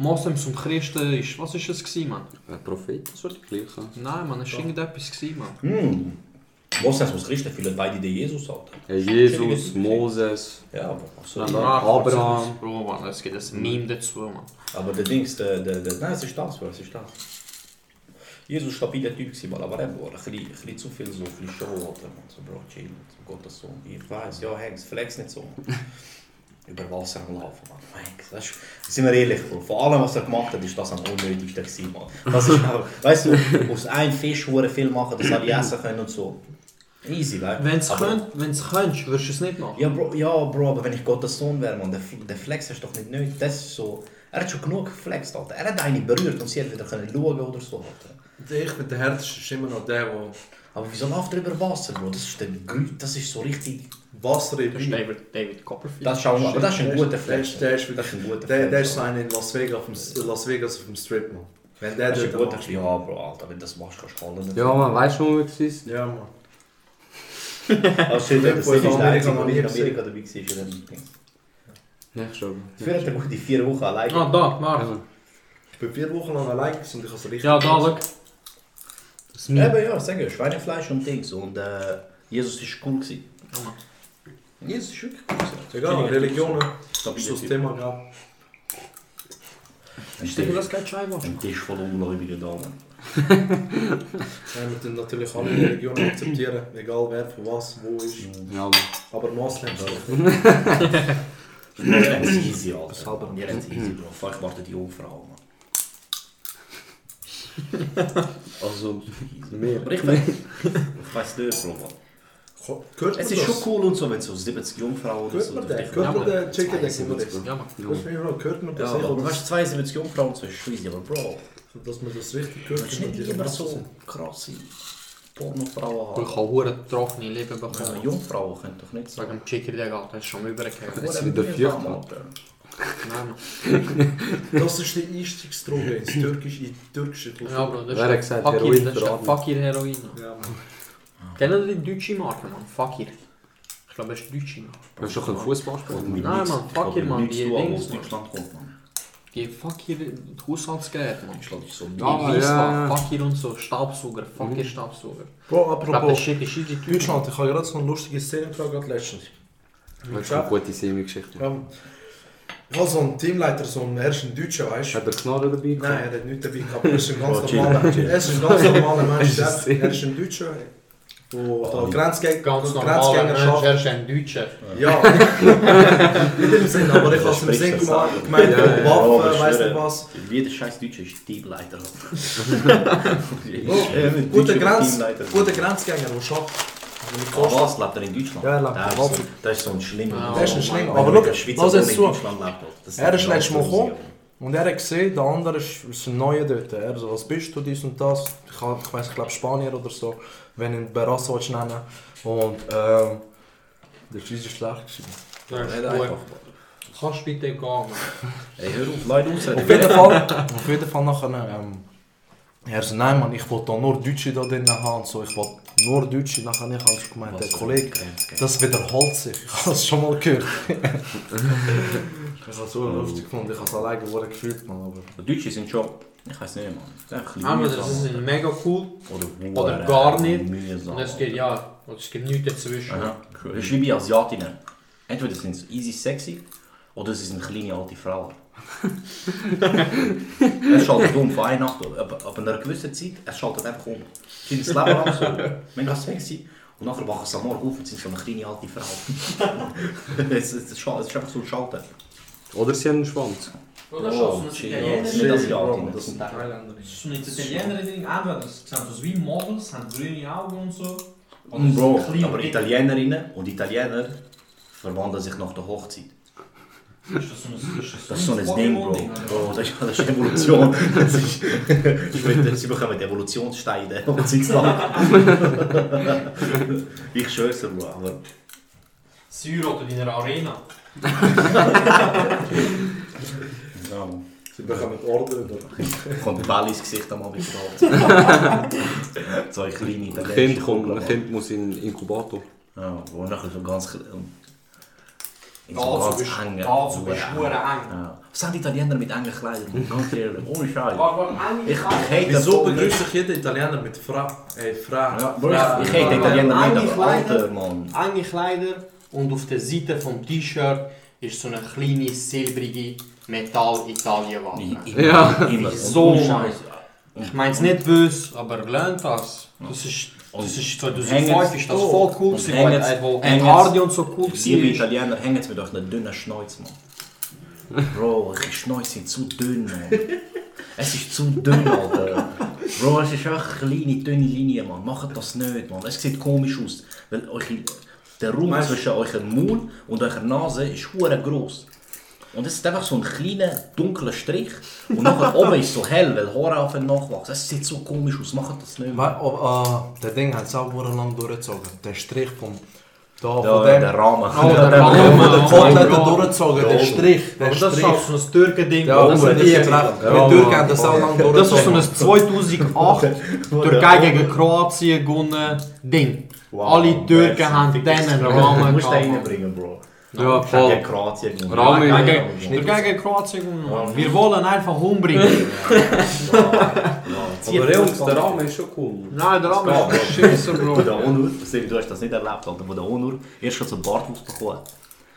Moslems und Christen ist, was ist es gewesen, Mann? Ein Prophet, das wird gleich sein. Nein, Mann, es war irgendetwas gewesen, Mann. Moslems und Christen fühlen beide den Jesus, Alter. Jesus, Moses, Ja, Bro. So. dann Abraham. Abraham. Bro, Mann, es gibt ein Meme dazu, Mann. Aber der Dings, der, der, der, nein, es ist das, Bro, es ist das. Jesus war ein stabiler Typ, gewesen, mal, aber er war ein bisschen, ein bisschen zu viel so ein bisschen Show. Oder? Und so, Bro, chill, um Gottes Willen. Ich weiß, ja, Hanks, flex nicht so. Über Wasser am Laufen, Mann. Hanks, weißt du, sind wir ehrlich, Bro. Von allem, was er gemacht hat, ist das am unnötigsten gewesen, Mann. Das ist auch, weißt du, aus einem Fisch hure viel machen, dass alle essen können und so. Easy, weißt du. Wenn es Aber- könntest, würdest du es nicht machen. Ja bro, ja, bro, aber wenn ich Gottes Sohn wäre, man, der, F- der Flex ist doch nicht nötig. Das ist so. Er hat schon genug geflext, Alter. Er hat eine berührt und sie hat wieder können schauen oder so, Alter. Ich bin der Härteste, ist immer noch der, der Aber wieso läuft er über Wasser, Bro? Das ist der Grü das ist so richtig. Wasser in Bier- David, David Copperfield. Das ist auch, aber das ist ein guter Der Flex. ist, der ist, Das ist ein guter der, der ist Flex, so einer in Las Vegas, auf dem, Las Vegas auf dem Strip, Mann. Wenn der Alter. Das ist ein dort guter Ja, Bro, Alter, wenn du das machst, kannst du holen. Ja, man, weißt du, wo wir waren? Ja, Mann. aber shit, das Obwohl ist der Amerika einzige, noch der nie in Amerika dabei war. ist in dem Ding. Nächstes Jahr. Früher hat er gute vier Wochen allein. Ah, da, Mark. Ich bin vier Wochen lang allein gewesen und ich habe es richtig. Ja, da, schau. Das Meme. Eben, ja, sag ja, Schweinefleisch und Dings. Und äh, Jesus ist cool gewesen. Jesus ist wirklich cool gewesen. Egal, Religionen. Das ist so das Stabilität. Thema, ja. Ist dir das kein Scheinwasch? Ein Tisch voll ungläubiger Damen. Ja, Wir tun natürlich (clears throat) alle Religionen akzeptieren, egal wer, von was, wo ist. Ja, man. Aber Moslems. Ihr habt es easy, Alter. Ihr habt es easy, Bro. Fuck, Ich warte die Jungfrau, (laughs) Mann. Also, mehr. Aber ich weiß, ich weiß nicht, Bro, Mann. Hört man Es ist das? schon cool und so, wenn so 70 Jungfrauen oder Hört so... man durch den? die- Hört man den Chicken, der immer ist? Ja, Mann. Hört man den? Hört man Ja, das? aber sicher, weißt du, 72 Jungfrauen und so ist schon easy, aber Bro... Dass man das richtig Das ist hört. nicht immer so krasse Pornofrauen Ich haben. habe hure trockene Lippen Ja, bekommen. Jungfrauen können doch nicht so... Wegen dem Chicker, der geht, das ist schon übergekommen. Oder sind wieder Bier, vier, Mann, Alter. Nein, Mann. Das ist die Einstiegsdroge ins türkische, in die türkische Kultur. Ja, Bro, das Wer hat ist gesagt, der Fakir, Heroin das ist der verraten? Fakir Heroin. Ja, Mann. Kennen die deutsche Marke, Mann? Fakir. Ich glaube, das ist die deutsche Marke. Das ist doch ein Fußballsport. Mit Nein, nichts- Mann, ich fuck hab ihr, Mann, nichts die zu tun, was Dings, aus Mann. Deutschland kommt, Mann. Die Fakir Haushaltsgeräte, Mann. Ich glaub, das ist so... Die Ah, Wiesla, ja, ja. Fakir und so, Staubsauger, Fakir Staubsauger. Bro, Ich glaube, das apropos Shit ist easy teuer. Deutschland, ich habe gerade so eine lustige Szene getragen, gerade letztens. Das ist eine gute Semi-Geschichte. Ja. Ich habe so einen Teamleiter, so einen ersten Deutschen, weißt du? Hat er Knarren dabei gehabt? Nein, er hat nichts dabei gehabt, er ist ein ganz normaler, er ist ein ganz (laughs) normaler Mensch. der- Er ist ein Deutscher, der Grenzgänger, Ganz normaler Mensch, er ist ein Deutscher. Ja, in dem Sinn, aber ich habe es im Spricht Sinn das gemacht, an. gemeint, Ja, ja, ja, Waffen, ja, weiss nicht ja. was. Jeder scheiß Deutsche ist Teamleiter. Guter Grenz, guter Grenzgänger, der schafft. Mit Aber Kosten. was lebt er in Deutschland? Ja, er lebt das, in ist so, das ist so ein schlimmer. Das ist ein schlimmer. Wenn Aber man schau, in Schweizer lass jetzt in zu. Deutschland lebt, Alter. Das Er ist nicht letztes Mal alles gekommen easy, aber- und er hat gesehen, der andere ist, ist ein Neuer dort. Er so, was bist du, dies und das. Ich, hab- ich weiß, ich glaube Spanier oder so, wenn ihn Berasso willst nennen Und ähm, der Schweizer ist schlecht gewesen. Das ist Nicht gut. einfach. Kannst bitte gehen, Mann. Ey, hör auf, Leute ausreden. Auf jeden Fall, auf jeden Fall nachher, ähm, er so, nein Mann, ich will da nur Deutsche da drin haben und so, ich will nur Deutsche. Nachher habe ich also gemeint, Was der für ein Kollege, Grenzgänger. das wiederholt sich. (laughs) Ich habe es schon mal gehört. ich habe es so lustig gefunden, ich habe es alleine geworden gefühlt, Mann. Aber Die Deutschen sind schon. Ich weiß nicht, Mann. Das ist ein Entweder bisschen sie mühsam. sind mega cool Oder, oder gar nicht. Mühsam. Und es geht ja, und es gibt nichts dazwischen. Aha. Das ist wie bei Asiatinnen. Entweder sind sie easy sexy Oh, dus oder sie sind kleine alte Frauen. er schaltet um von einer Nacht, ab, ab einer gewissen Zeit, er schaltet einfach um. Sie sind das Leben lang so mega sexy und nachher wachen sie am Morgen auf und sind so eine kleine alte Frau. es, es, es, scha- es ist einfach so ein Schalter. Oh, Oder sie haben einen Schwanz. Oder das sind nicht Asiatinnen, das sind Das sind Italiener-Ding, entweder sie sehen aus wie Models, haben grüne Augen und so. Und Mhm, Bro, aber Italienerinnen und Italiener verwandeln sich nach der Hochzeit. Das ist so ein Ding, Bro. Oh, Bro das, ist, das ist Evolution. Das ist, ich möchte, sie bekommen die Evolutionssteine und sie Ich schwör's dir, Bro. Aber Säure oder in der Arena. ja, Mann. sie bekommen Ordnung. oder? ich kann die Welle ins Gesicht einmal wieder drauf. so eine kleine Ein italienische Kind, kommt, Kugel, ein Mann. kind muss in den Inkubator. Ja, Bro, nachher so ganz... In so Dazu ganz bist engen- dazu bist du engen- verdammt eng. Ja. Was sind Italiener mit engen Kleidern? Mann? Ganz ehrlich, ohne Scheiß. Aber eng Ich, ich hate das Wieso voll nicht. begrüßt sich jeder Italiener mit Frau? äh, Ey, Frau. Ja, Bro, ich, ich hate den Italiener nicht, aber Alter, Mann. Enge Kleider und auf der Seite vom T-Shirt ist so eine Mhm. kleine silbrige Metall-Italien-Waffe. Ja. Immer. So, Mann. Ich meine es nicht böse, aber lernt das. Das ist, das Also ist 2005 ist das voll cool gewesen, hängt- weil- weil hängt- Encardi und so cool Liebe war. Italiener, hängt mit euch einer dünnen Schnäuz, Mann. Bro, eure Schnäuze sind zu dünn, Mann. Es ist zu dünn, Alter. Bro, es ist echt eine kleine, dünne Linie, Mann. Macht das nicht, Mann. Es sieht komisch aus. Weil eure, der Raum zwischen eurem Mund und eurer Nase ist hure gross. Und es ist einfach so ein kleiner, dunkler Strich. Und nachher oben ist so hell, weil Haare auf nachwachsen. Es sieht so komisch aus. Macht das nicht, Mann. Weil, oh, äh, der Ding hat es auch lang durchgezogen. Der Strich vom. Da, Ja, von dem. der Äh, Rahmen. Oh, der Rahmen, Rahmen, der oh Kotelette mein Gott. durchgezogen, der Strich. Der Aber das ist Strich. auch so ein Türken-Ding. Ja, das, das sind ist die- jetzt recht. Die Türken haben das auch lang das ist so ein durchgezogen. 2008 Türkei gegen Kroatien gewonnen Ding. Alle Türken haben diesen Du Rahmen musst den gehabt. reinbringen, Bro. Ja, Ich hab ja voll. Kroatien gewonnen. Rahmen- Ja, Rahmen- Kroatien gewonnen. Türkei gegen Kroatien gewonnen. Mann. Wir wollen einfach umbringen. Aber Jungs, der Rahmen ist schon cool. Nein, der Rahmen (laughs) ist scheiße, (laughs) Bro. Wo der Onur, Siri, du hast das nicht erlebt, Alter, wo der Onur erst schon so einen Bart ausbekommen hat.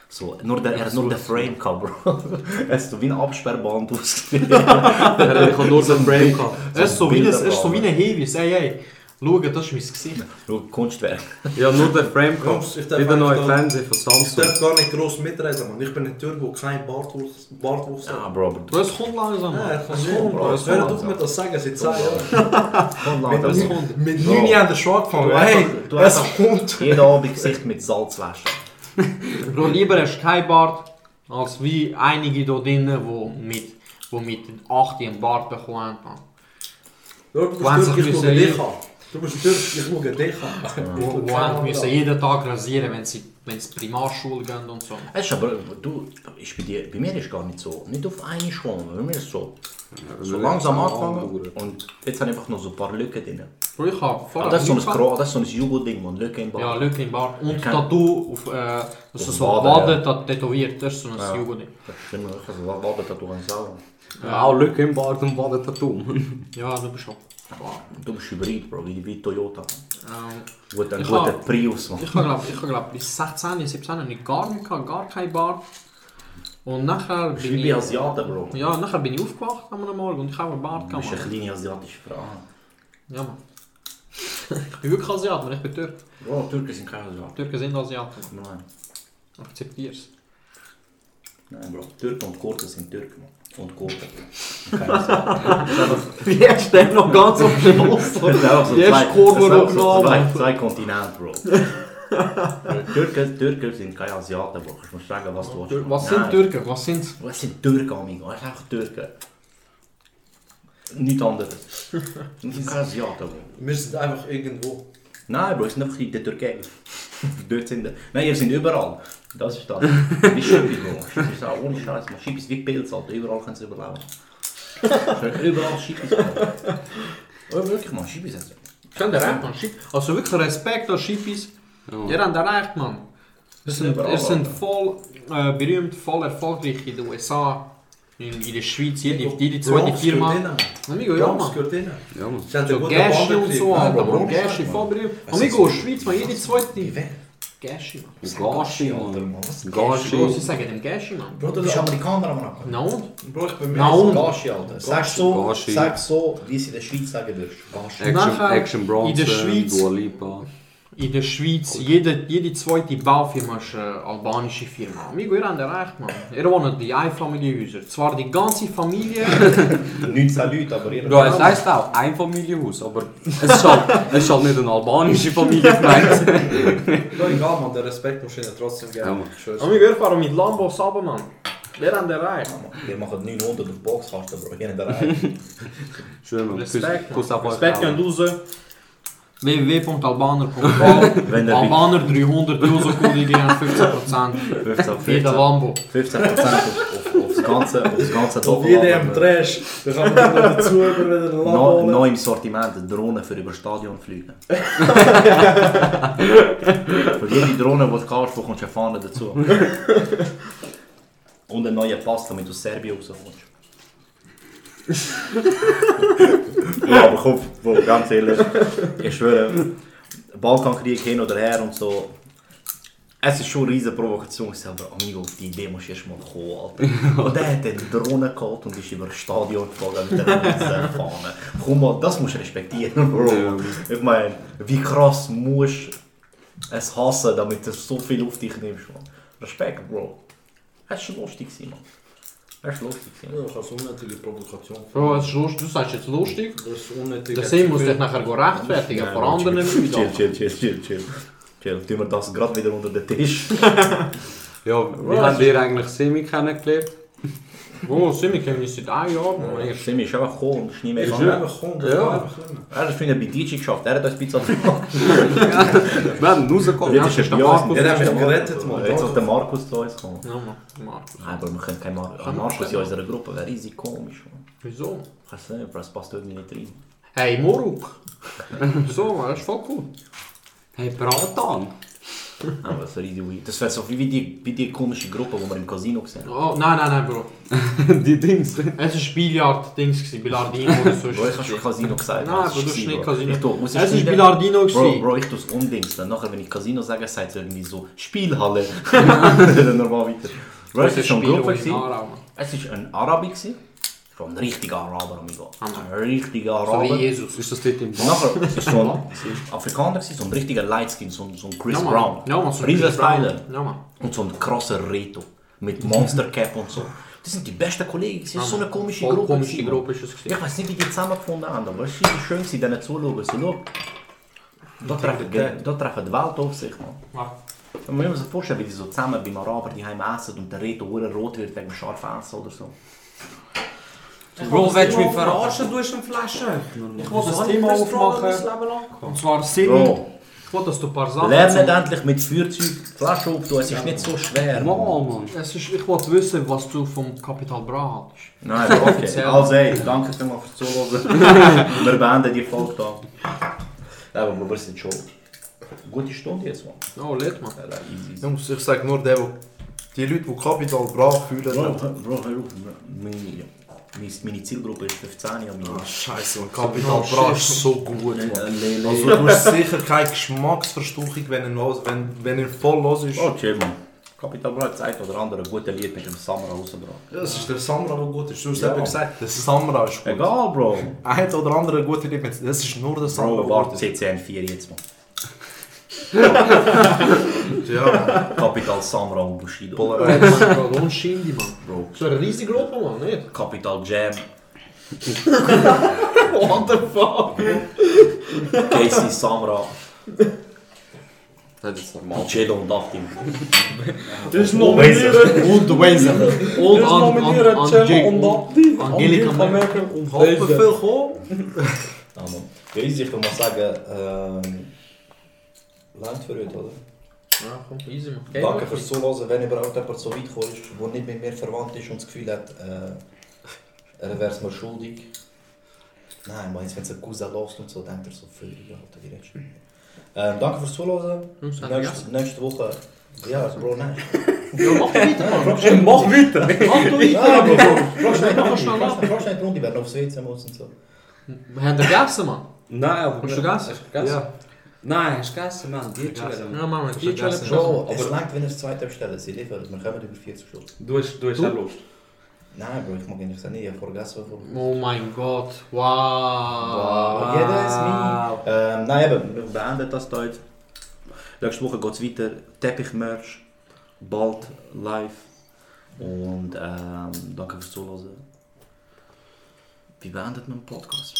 So, nur der, er hat nur den Frame gehabt, Bro. (laughs) Es ist so wie ein Absperrband ausgesehen. (laughs) Ich habe nur den Brain gehabt. Es ist so wie ein, es ist so wie Bilderrahmen. ein Heavis. Ey, ey. Schau, das ist mein Gesicht. Schau, Kunstwerk. Ja, nur den Frame gehabt. Jungs, ich darf Wie der neue eigentlich- Fernseher von Ich Samsung. darf gar nicht gross mitreden, Mann. Ich bin ein Türke, der kein Bartwuchs Bartwuchs hat. Ah, Bro, aber Bro, es kommt langsam. Nein, Mann. er kann Es nicht. kommt, Bro. Es Hör kommt. auf mit das sagen, seit 10 Jahren. komm, Alter, Es Bro. kommt. Mit 9 Jahren der Schlag gefangen. Du hast Hey, doch- du hast es doch- kommt. Jeden Abend Gesicht mit Salz waschen. Bro, lieber hast du keinen Bart, als wie einige da drinnen, die mit, wo mit 8 einen Bart bekommen haben. Du bist Wahnsinn, Türke, ich grüße schaue ich. dich an. Du bist Türke, ich schaue dich an. Ich schaue Wo Genau. keinen die müssen anderen jeden Tag rasieren, wenn sie, wenn sie Primarschule gehen und so. Es ist aber, du, ist bei, dir, bei mir ist gar nicht so. Nicht auf eine Schwamm, bei mir ist so. So langsam angefangen und jetzt habe ich einfach noch so ein paar Lücken drin. Bro, ich hab vorher Aber das ist so ein, Lücken- Kro- das ist so ein Jugo-Ding, man. Lücke im Bart. Ja, Lücke im Bart. Und kann- Tattoo auf, äh, das ist so Auf Waden Waden, tat- tätowiert. Das ist so ein ja. Jugendding. Das stimmt, ich kann so warten, dass du kannst sagen. Auch Lücke im Bart und Badetattoo. Ja, du bist schon. Du bist Hybrid, Bro, wie, wie Toyota. Ähm, Gut, ein Ich guter hab- Prius, man. ich hab glaub, ich hab glaub, bis 16, 17 habe ich gar nicht gehabt, gar keinen Bart. Und nachher Du bist bin wie ich... Asiaten, Bro. Du Ja, nachher bin ich aufgewacht am Morgen und ich habe einen Bart bist eine gehabt. Mann. kleine asiatische Frau. Ja, Mann. ich bin wirklich Asiat, Mann. Ich bin Türk. Bro, Türken sind keine Asiaten. Türken sind Asiaten. Nein, Mann. Akzeptier's. nein, Bro. Türken und Kurden sind Türken, man. Und Kurden. Keine Asiaten. Die erste ist noch ganz auf Das Schluss. sind einfach so Die erste zwei- das Kurve, sind einfach die so ich zwei- genommen Zwei Kontinente, (laughs) Bro. Türken, Türken sind keine Asiaten, Bro. Ich muss sagen, was du willst. Was sind Nein. Türken? Was sind Was sind Türken, amigo? Das sind einfach Türken. Nichts anderes. Das sind keine Asiaten, Bro. Wir sind einfach irgendwo. Nein, Bro, wir sind einfach in der (laughs) Türkei. Dort sind wir. Nein, wir sind überall. Das ist das. Wie Schibi, Bro. Schibi ist auch ohne Scheiß. Man, Schibi ist wie Pilz, Alter. Überall können sie überleben. überall Schibi ist. Oh, wirklich, man. Schibi ist. Schon der Recht, man. Schieb- Also wirklich Respekt an Schippis. Ihr habt den Recht, man. Ihr sind, überall, ihr sind Alter. voll äh, berühmt, voll erfolgreich in den USA, in, in der Schweiz, jede, jede zweite Bronx Firma. gehört ihnen. Amigo, ja, Bronx man. gehört ihnen. Ja, man. Sie haben So eine gute Gashi Bande und so, gekriegt. Alter, Nein, Bro, man. Bronx Gashi, gehört voll berühmt. Es ist Amigo, so- Schweiz, man, jede zweite. ihnen. Gashi, man. Gashi, Alter. Mann. Was? Bro, sie Gashi. sagen dem Gashi, man. Bro, Du das bist ist aber... Amerikaner, Mann. Na und? Bro, ich bin Nou, Na und? Gashi, Alter. Sag so, Gashi. sag so, wie es in der Schweiz sagen würdest. Gashi. Action, Nachher Action Bronze, eh, in der Schweiz. Dua Lipa. In der Schweiz, jede, jede zweite Baufirma ist eine eh, albanische Firma. Amigo, ihr habt recht, man. Ihr wohnt in Einfamilienhäusern. Zwar die (laughs) ganze Familie, 19 Leute, aber ihr. Bro, es heisst auch Einfamilienhaus, aber es ist halt, es ist halt nicht eine albanische Familie gemeint. Bro, egal, man. Den Respekt musst du ihnen trotzdem geben. Ja, Mann. Scheiße. Amigo, wir fahren mit Lambos runter, Mann. Wir haben den Reich. Wir machen 900 auf Boxkasten, Bro. Hier in der Reihe. Schön, man. Kuss, Respekt, Kuss Mann. auf euch. Respekt alle. gehen raus. (laughs) www.albaner.com Wenn der Albaner (laughs) 300 User-Code, die haben 15%. 15, Jeder 15, Lambo. 15 auf, auf, aufs ganze, aufs ganze Auf jedem Doppelader. Trash. Da kann man noch dazu über den Laden Neu, holen. neu im Sortiment eine Drohne für über (laughs) Stadion fliegen. für jede Drohne, die du kaufst, bekommst du eine Fahne dazu. Und einen neuen Pass, damit du aus Serbien rauskommst. ja, aber komm, Bro, ganz ehrlich, ich schwöre, Balkankrieg hin oder her und so. Es ist schon eine riesige Provokation, gewesen, aber Amigo, auf die Idee musst du erst mal kommen, Alter. Und der hat eine Drohne geholt und ist über das Stadion geflogen mit einer riesen Fahne. Komm mal, das musst du respektieren, Bro. Ich meine, wie krass musst du es hassen, damit du so viel auf dich nimmst, man. Respekt, Bro. Es war lustig, gewesen, man. Es war lustig, gewesen. Ja, ich habe unnötige Provokation. Bro, es ist lustig. Du sagst jetzt lustig. Das ist unnötig. Der Sim muss dich nachher go rechtfertigen vor anderen Chill, Leuten. chill, chill, chill, chill. Chill, tun wir das gerade wieder unter den Tisch. Ja, wie habt ihr eigentlich Semi (laughs) kennengelernt? Bro, Sim, ich kenne dich seit einem Jahr. Bro. Der Simi ist einfach gekommen und ist nie mehr Ich gegangen. habe einfach kommen, das Ja. war einfach nicht mehr. Er hat früher bei DJ geschafft, er hat uns Pizza gemacht. (laughs) Wir haben rausgekommen. Jetzt ist er bei uns. Ja, der hat mich gerettet, Mann. Jetzt ist der Markus zu uns gekommen. Ja, Mann. Markus. Nein, aber wir können keinen Markus. Kann man Markus in verstehen. unserer Gruppe wäre riesig komisch. Mann. Wieso? Ich weiß nicht, aber es passt irgendwie nicht rein. (laughs) Hey, Moruk. so, Mann, das ist voll cool. Hey, Bratan. Aber es wäre riesig weird. Das wäre so wie die, wie die komische Gruppe, die wir im Casino gesehen haben. Oh, nein, nein, nein, Bro. (laughs) Die Dings. Es war Billiard-Dings, gewesen, Billardino oder so. Bro, ich habe schon Casino gesagt. Nein, das aber du hast gewesen, nicht Bro. Casino. Ich tu- muss ich Es war schneiden? Billardino. Bro, gewesen. Bro, ich tue es undings. Dann nachher, wenn ich Casino sage, sagt es irgendwie so (laughs) Spielhalle. (laughs) Dann normal weiter. Bro, es war schon Spiel Gruppe. original, gewesen. Mann. Es war ein Arabi. gewesen. Bro, ein richtiger Araber, amigo. Ein Hammer. richtiger So Araber. wie Jesus. Ist das dort im Und (laughs) nachher ist so ein Afrikaner, gewesen, so ein richtiger Lightskin, so, ein- so ein Chris Ja, Mann. Brown. Ja, Mann, so ein Riesen Chris Brown. Styler. Ja, Mann. Und so ein krasser Reto. Mit Monster Cap und so. Das sind die besten Kollegen. Das ist so eine komische Voll Gruppe. komische gewesen. Gruppe ist es gewesen. Ich weiß nicht, wie die zusammengefunden haben, aber es war schön, gewesen, denen zuzuschauen. So, schau, da treffen, die- da treffen die Welt auf sich. Man. Ja. Man muss sich vorstellen, wie die so zusammen beim Araber die Heim essen und der Reto hure rot wird wegen scharfen Essen oder so. Bro, willst du mich verarschen? Arschen, du hast eine Flasche. Ich will das Thema aufmachen. Und zwar Simi. Bro, Ich will, dass du ein paar Sachen... lernen endlich mit Feuerzeug Flasche aufzutun, es ist nicht so schwer. Mal, Mann. Es ist, ich wollte wissen, was du vom Kapital Bra hattest. Nein, aber okay. Also, ey, danke vielmals fürs (laughs) Zuhören. wir beenden die Folge hier. Aber wir wissen schon. Gute Stunde jetzt, Mann. Oh, lädt man. Ja, da, easy, easy. Jungs, ich sage nur, der, wo- die Leute, die Kapital bra fühlen, Bro, haben- hör- Bro, hör auf. Meine, meine- meine Zielgruppe ist 15 Jahre. Ah, Scheiße, und Kapital Bra ist so gut, Mann. Also Also, du hast sicher keine Geschmacksverstauchung, wenn er, los, wenn, wenn er voll los ist. oh, chill, Mann. Kapital Bra hat das eine oder andere gute Lied mit dem Samra rausgebracht. Das ist der Samra, der gut ist. Du hast Ja. eben gesagt, der Samra ist gut. Egal, Bro. Ein oder andere gute Lied mit. Das ist nur der Samra. Bro, warte, CCN4 jetzt, (laughs) Mann. Ja, Kapital Samra und Bushido. Eh, Polaroid. Bro, don't shame die, man. Bro. So eine riesige Gruppe, man, nicht? Kapital Jam. (laughs) What the fuck? Casey Samra. Das ist normal. Machado und Achim. Das ist Und Wazer. Und an, an, an Jake und Angelika Merkel. und Hoppen viel kommen. Ja, Mann. Ja, easy, ich will mal sagen, ähm, langt für heute, oder? Ja, komm, easy, man. Danke fürs Zuhören, wenn überhaupt jemand so weit gekommen ist, der nicht mit mir verwandt ist und das Gefühl hat, äh, er wäre es mir schuldig. Nein, man, jetzt, wenn es ein Cousin lässt und so, denkt er so, für die Alter, die redest du mit mir. ähm, Danke fürs Zuhören. Jungs, hat Nächste, nächste Woche. Ja, Bro, (laughs) nein. Ja, (laughs) mach weiter, man. Mach weiter. Mach Nein, du Bro, weiter, Bro, man. Bro, schnell die Mach Runde, schnell Bro, nach. schnell- Bro, schnell die Runde, wenn er aufs WC muss und so. Wir haben vergessen, man. Nein, aber... Hast du gegessen? Ja. Nou, Nein, hast du gegessen, Mann. Die Challenge. Ja, Mann, die vergessen. Challenge. Bro, es langt, wenn er das zweite bestellt, sie liefern, wir kommen über 40 Stunden. Du hast, du hast auch Lust. Nein, Bro, ich mag ehrlich sagen, ich habe vergessen, wovon. Oh mein Gott. Wow. Jeder ist mein. Ähm, nein, eben, wir beenden das heute. Nächste Woche geht es weiter. Teppich-Merch, bald live. Und ähm, danke fürs Zuhören. Wie beendet man einen Podcast?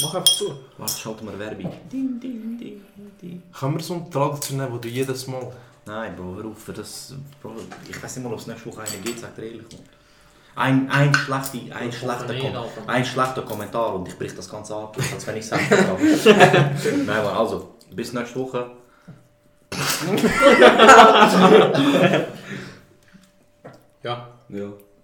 Mach einfach zu. Warte, schalten wir Werbung. Ding, ding, ding, ding. Können wir so einen traditionell, wo du jedes Mal. Nein, Bro, hör auf. Das, Bro, ich weiß nicht mal, ob es nächste Woche einen gibt, sagt er ehrlich. Ein, ein, schlechter, ein, schlechter nicht, Kom Alter. ein schlechter Kommentar und ich brich das Ganze ab, als wenn ich es selbst habe. (laughs) Nein, Mann, also, bis nächste Woche. Ja. Ja.